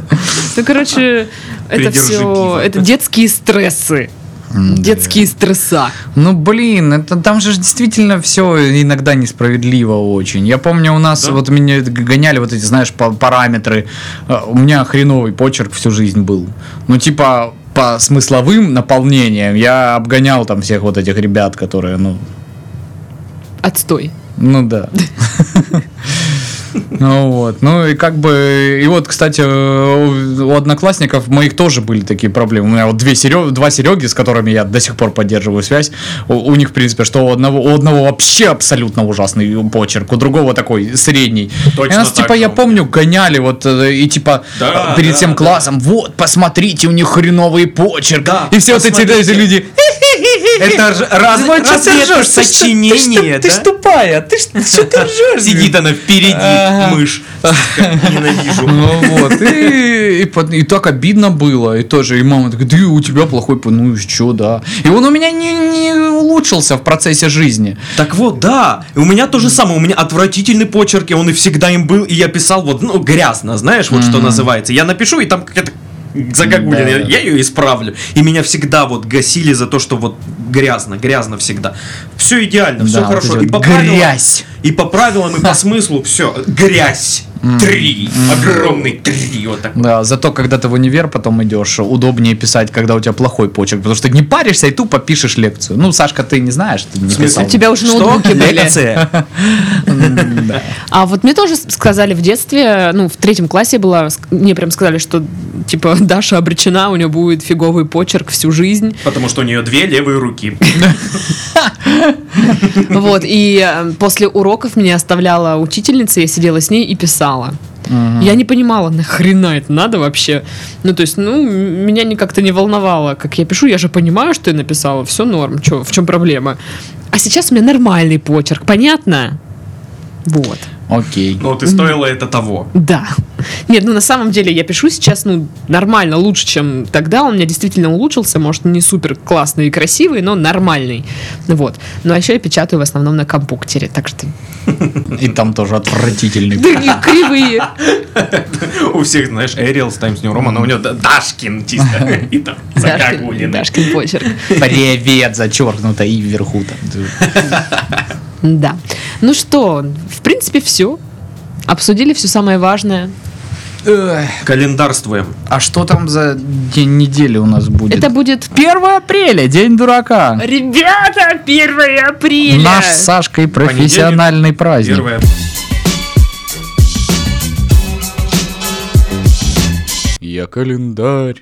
[SPEAKER 1] Ну, короче, это
[SPEAKER 4] Придержи
[SPEAKER 1] все...
[SPEAKER 4] кисть.
[SPEAKER 1] Это детские стрессы. Детские стресса.
[SPEAKER 2] Ну блин, это там же действительно все иногда несправедливо очень. Я помню, у нас вот меня г- гоняли вот эти, знаешь, па- параметры. Э, У меня хреновый почерк всю жизнь был. Ну типа по смысловым наполнениям я обгонял там всех вот этих ребят, которые, ну,
[SPEAKER 1] Отстой.
[SPEAKER 2] ну да. Ну вот, ну и как бы, и вот, кстати, э, у одноклассников моих тоже были такие проблемы. У меня вот две Серё- два Сереги, с которыми я до сих пор поддерживаю связь, у, у них, в принципе, что у одного, у одного вообще абсолютно ужасный почерк, у другого такой средний.
[SPEAKER 4] Точно
[SPEAKER 2] и нас,
[SPEAKER 4] так
[SPEAKER 2] типа,
[SPEAKER 4] же
[SPEAKER 2] я
[SPEAKER 4] у меня.
[SPEAKER 2] помню, гоняли вот, э, и типа,
[SPEAKER 4] Да,
[SPEAKER 2] э, перед
[SPEAKER 4] да,
[SPEAKER 2] всем
[SPEAKER 4] да.
[SPEAKER 2] классом, вот, посмотрите, у них хреновый почерк. и все вот эти эти люди...
[SPEAKER 8] Это ж развод
[SPEAKER 2] ржёшь? Ты ж- ты ж-
[SPEAKER 8] сочинение,
[SPEAKER 2] Ты ж
[SPEAKER 8] да?
[SPEAKER 2] тупая, ты ж что ты ржешь?
[SPEAKER 4] Сидит она впереди,
[SPEAKER 2] Ага.
[SPEAKER 4] мышь. Ненавижу.
[SPEAKER 2] Ну вот, и, и под- и так обидно было, и тоже, и мама такая, да и у тебя плохой, по- ну и что, да. И он у меня не, не улучшился в процессе жизни.
[SPEAKER 4] Так вот, да, и у меня то же самое, у меня отвратительный почерк, и он и всегда им был, и я писал вот, ну, грязно, знаешь, вот что называется. Я напишу, и там какая-то загогулина, я, я ее исправлю. И меня всегда вот гасили за то, что вот грязно, грязно всегда. Все идеально, все
[SPEAKER 2] Да, вот
[SPEAKER 4] хорошо.
[SPEAKER 2] эти
[SPEAKER 4] и
[SPEAKER 2] вот
[SPEAKER 4] по правилам-
[SPEAKER 2] грязь.
[SPEAKER 4] и по правилам, и по смыслу все. Грязь. Три. Огромный три. Вот так.
[SPEAKER 2] Да, зато когда ты в универ потом идешь, удобнее писать, когда у тебя плохой почерк, потому что ты не паришься и тупо пишешь лекцию. Ну, Сашка, ты не знаешь, ты не
[SPEAKER 1] У
[SPEAKER 2] писал.
[SPEAKER 1] тебя уже ноутбуки были.
[SPEAKER 4] Лекция.
[SPEAKER 1] А вот мне тоже сказали в детстве, ну, в третьем классе была, ск- мне прям сказали, что, типа, Даша обречена, у нее будет фиговый почерк всю жизнь.
[SPEAKER 4] Потому что у нее две левые руки.
[SPEAKER 1] Вот, и э, после уроков меня оставляла учительница, я сидела с ней и писала. Я не понимала, нахрена это надо вообще. Ну, то есть, ну, м- меня не как-то не волновало, как я пишу. Я же понимаю, что я написала, все норм, чё, в чем проблема. А сейчас у меня нормальный почерк, понятно? Вот.
[SPEAKER 2] Окей.
[SPEAKER 4] Ну, ты стоило это того.
[SPEAKER 1] Да. Нет, ну на самом деле я пишу сейчас, ну, нормально, лучше, чем тогда. Он у меня действительно улучшился. Может, не супер классный и красивый, но нормальный. Вот. Ну, а еще я печатаю в основном на компуктере, так что...
[SPEAKER 2] И там тоже отвратительный.
[SPEAKER 1] Да и кривые.
[SPEAKER 4] У всех, знаешь, Эриэл с Times New Roman, а у него Да- Дашкин чисто. И там
[SPEAKER 1] Дашкин,
[SPEAKER 4] загогулины.
[SPEAKER 1] Дашкин почерк.
[SPEAKER 2] Привет, зачеркнуто и вверху там.
[SPEAKER 1] Да. Ну что, в принципе, все. Обсудили все самое важное.
[SPEAKER 2] Эх,
[SPEAKER 4] Календарствуем.
[SPEAKER 2] А что там за день недели у нас будет?
[SPEAKER 1] Это будет...
[SPEAKER 2] 1 апреля, день дурака.
[SPEAKER 1] Ребята, 1 апреля!
[SPEAKER 2] Наш с Сашкой профессиональный праздник.
[SPEAKER 4] Первое.
[SPEAKER 9] Я календарь.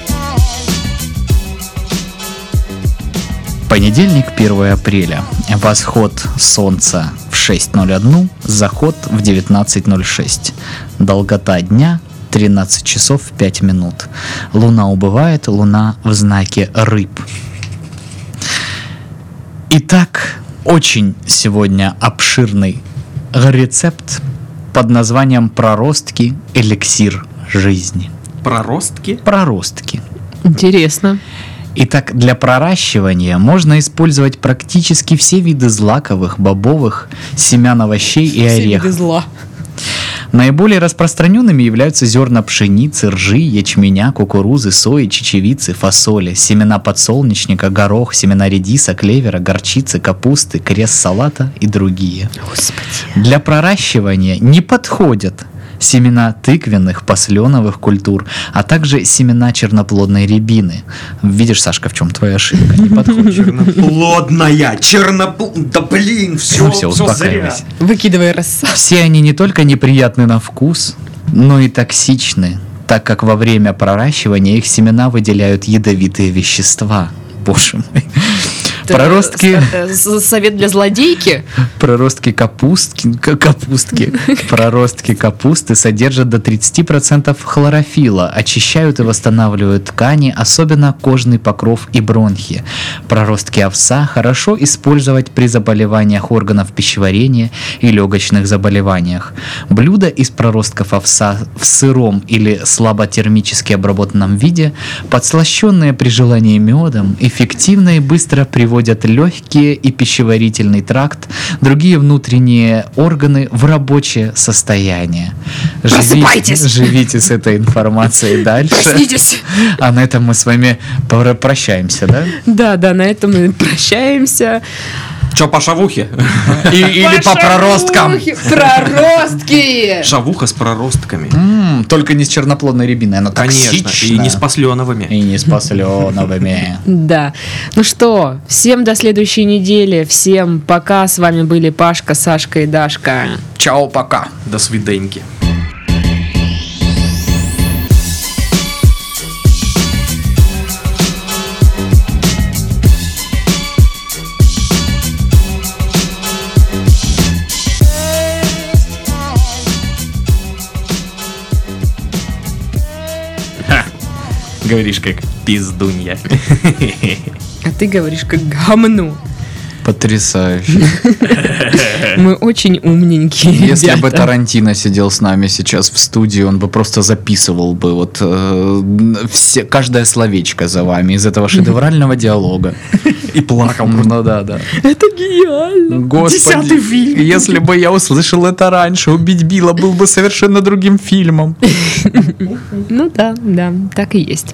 [SPEAKER 2] Понедельник, 1 апреля. Восход солнца в 6.01, заход в 19.06. Долгота дня 13 часов 5 минут. Луна убывает, луна в знаке рыб. Итак, очень сегодня обширный рецепт под названием «Проростки. Эликсир жизни».
[SPEAKER 4] Проростки.
[SPEAKER 2] Проростки.
[SPEAKER 1] Интересно.
[SPEAKER 2] Итак, для проращивания можно использовать практически все виды злаковых, бобовых, семян овощей и
[SPEAKER 1] Все виды
[SPEAKER 2] орехов.
[SPEAKER 1] зла.
[SPEAKER 2] Наиболее распространенными являются зерна пшеницы, ржи, ячменя, кукурузы, сои, чечевицы, фасоли, семена подсолнечника, горох, семена редиса, клевера, горчицы, капусты, крест салата и другие. Для проращивания не подходят семена тыквенных, посленовых культур, а также семена черноплодной рябины. Видишь, Сашка, в чем твоя ошибка? Не подходит.
[SPEAKER 4] Черноплодная. Чернопл... Да блин, все,
[SPEAKER 2] Ну всё,
[SPEAKER 4] все зря.
[SPEAKER 2] успокаивайся.
[SPEAKER 1] Выкидывай рассаду.
[SPEAKER 2] Все они не только неприятны на вкус, но и токсичны, так как во время проращивания их семена выделяют ядовитые вещества. Боже мой.
[SPEAKER 1] Это
[SPEAKER 2] Проростки,
[SPEAKER 1] э, с- э, с- Совет для злодейки.
[SPEAKER 2] проростки капустки, к- капустки, проростки капусты содержат до 30% хлорофила, очищают и восстанавливают ткани, особенно кожный покров и бронхи. Проростки овса хорошо использовать при заболеваниях органов пищеварения и легочных заболеваниях. Блюда из проростков овса в сыром или слаботермически обработанном виде, подслащенные при желании медом, эффективно и быстро приводят легкие и пищеварительный тракт, другие внутренние органы в рабочее состояние. Живите,
[SPEAKER 1] Просыпайтесь!
[SPEAKER 2] живите с этой информацией дальше.
[SPEAKER 1] Проснитесь.
[SPEAKER 2] А на этом мы с вами пора- прощаемся, да?
[SPEAKER 1] Да, да, на этом мы прощаемся.
[SPEAKER 4] Че по шавухе?
[SPEAKER 6] И- Или по проросткам.
[SPEAKER 1] Пошарухи, Проростки!
[SPEAKER 4] Шавуха с проростками.
[SPEAKER 6] М, Только не с черноплодной рябиной, она
[SPEAKER 4] Конечно, и
[SPEAKER 6] токсична.
[SPEAKER 4] не с посленовыми.
[SPEAKER 6] И не с посленовыми.
[SPEAKER 1] Да. Ну что, всем до следующей недели. Всем пока. С вами были Пашка, Сашка и Дашка.
[SPEAKER 6] Чао, пока.
[SPEAKER 4] До свиденьки. Говоришь, как пиздунья.
[SPEAKER 1] А ты говоришь как говно.
[SPEAKER 2] Потрясающе.
[SPEAKER 1] Мы очень умненькие.
[SPEAKER 2] Э. Если бы
[SPEAKER 1] ребята.
[SPEAKER 2] Тарантино сидел с нами сейчас в студии, он бы просто записывал бы вот э, все, каждое словечко за вами из этого шедеврального диалога.
[SPEAKER 4] И плакал.
[SPEAKER 2] Ну да, да.
[SPEAKER 1] Это гениально.
[SPEAKER 2] Господи, если бы я услышал это раньше, убить Билла был бы совершенно другим фильмом.
[SPEAKER 1] Ну да, да, так и есть.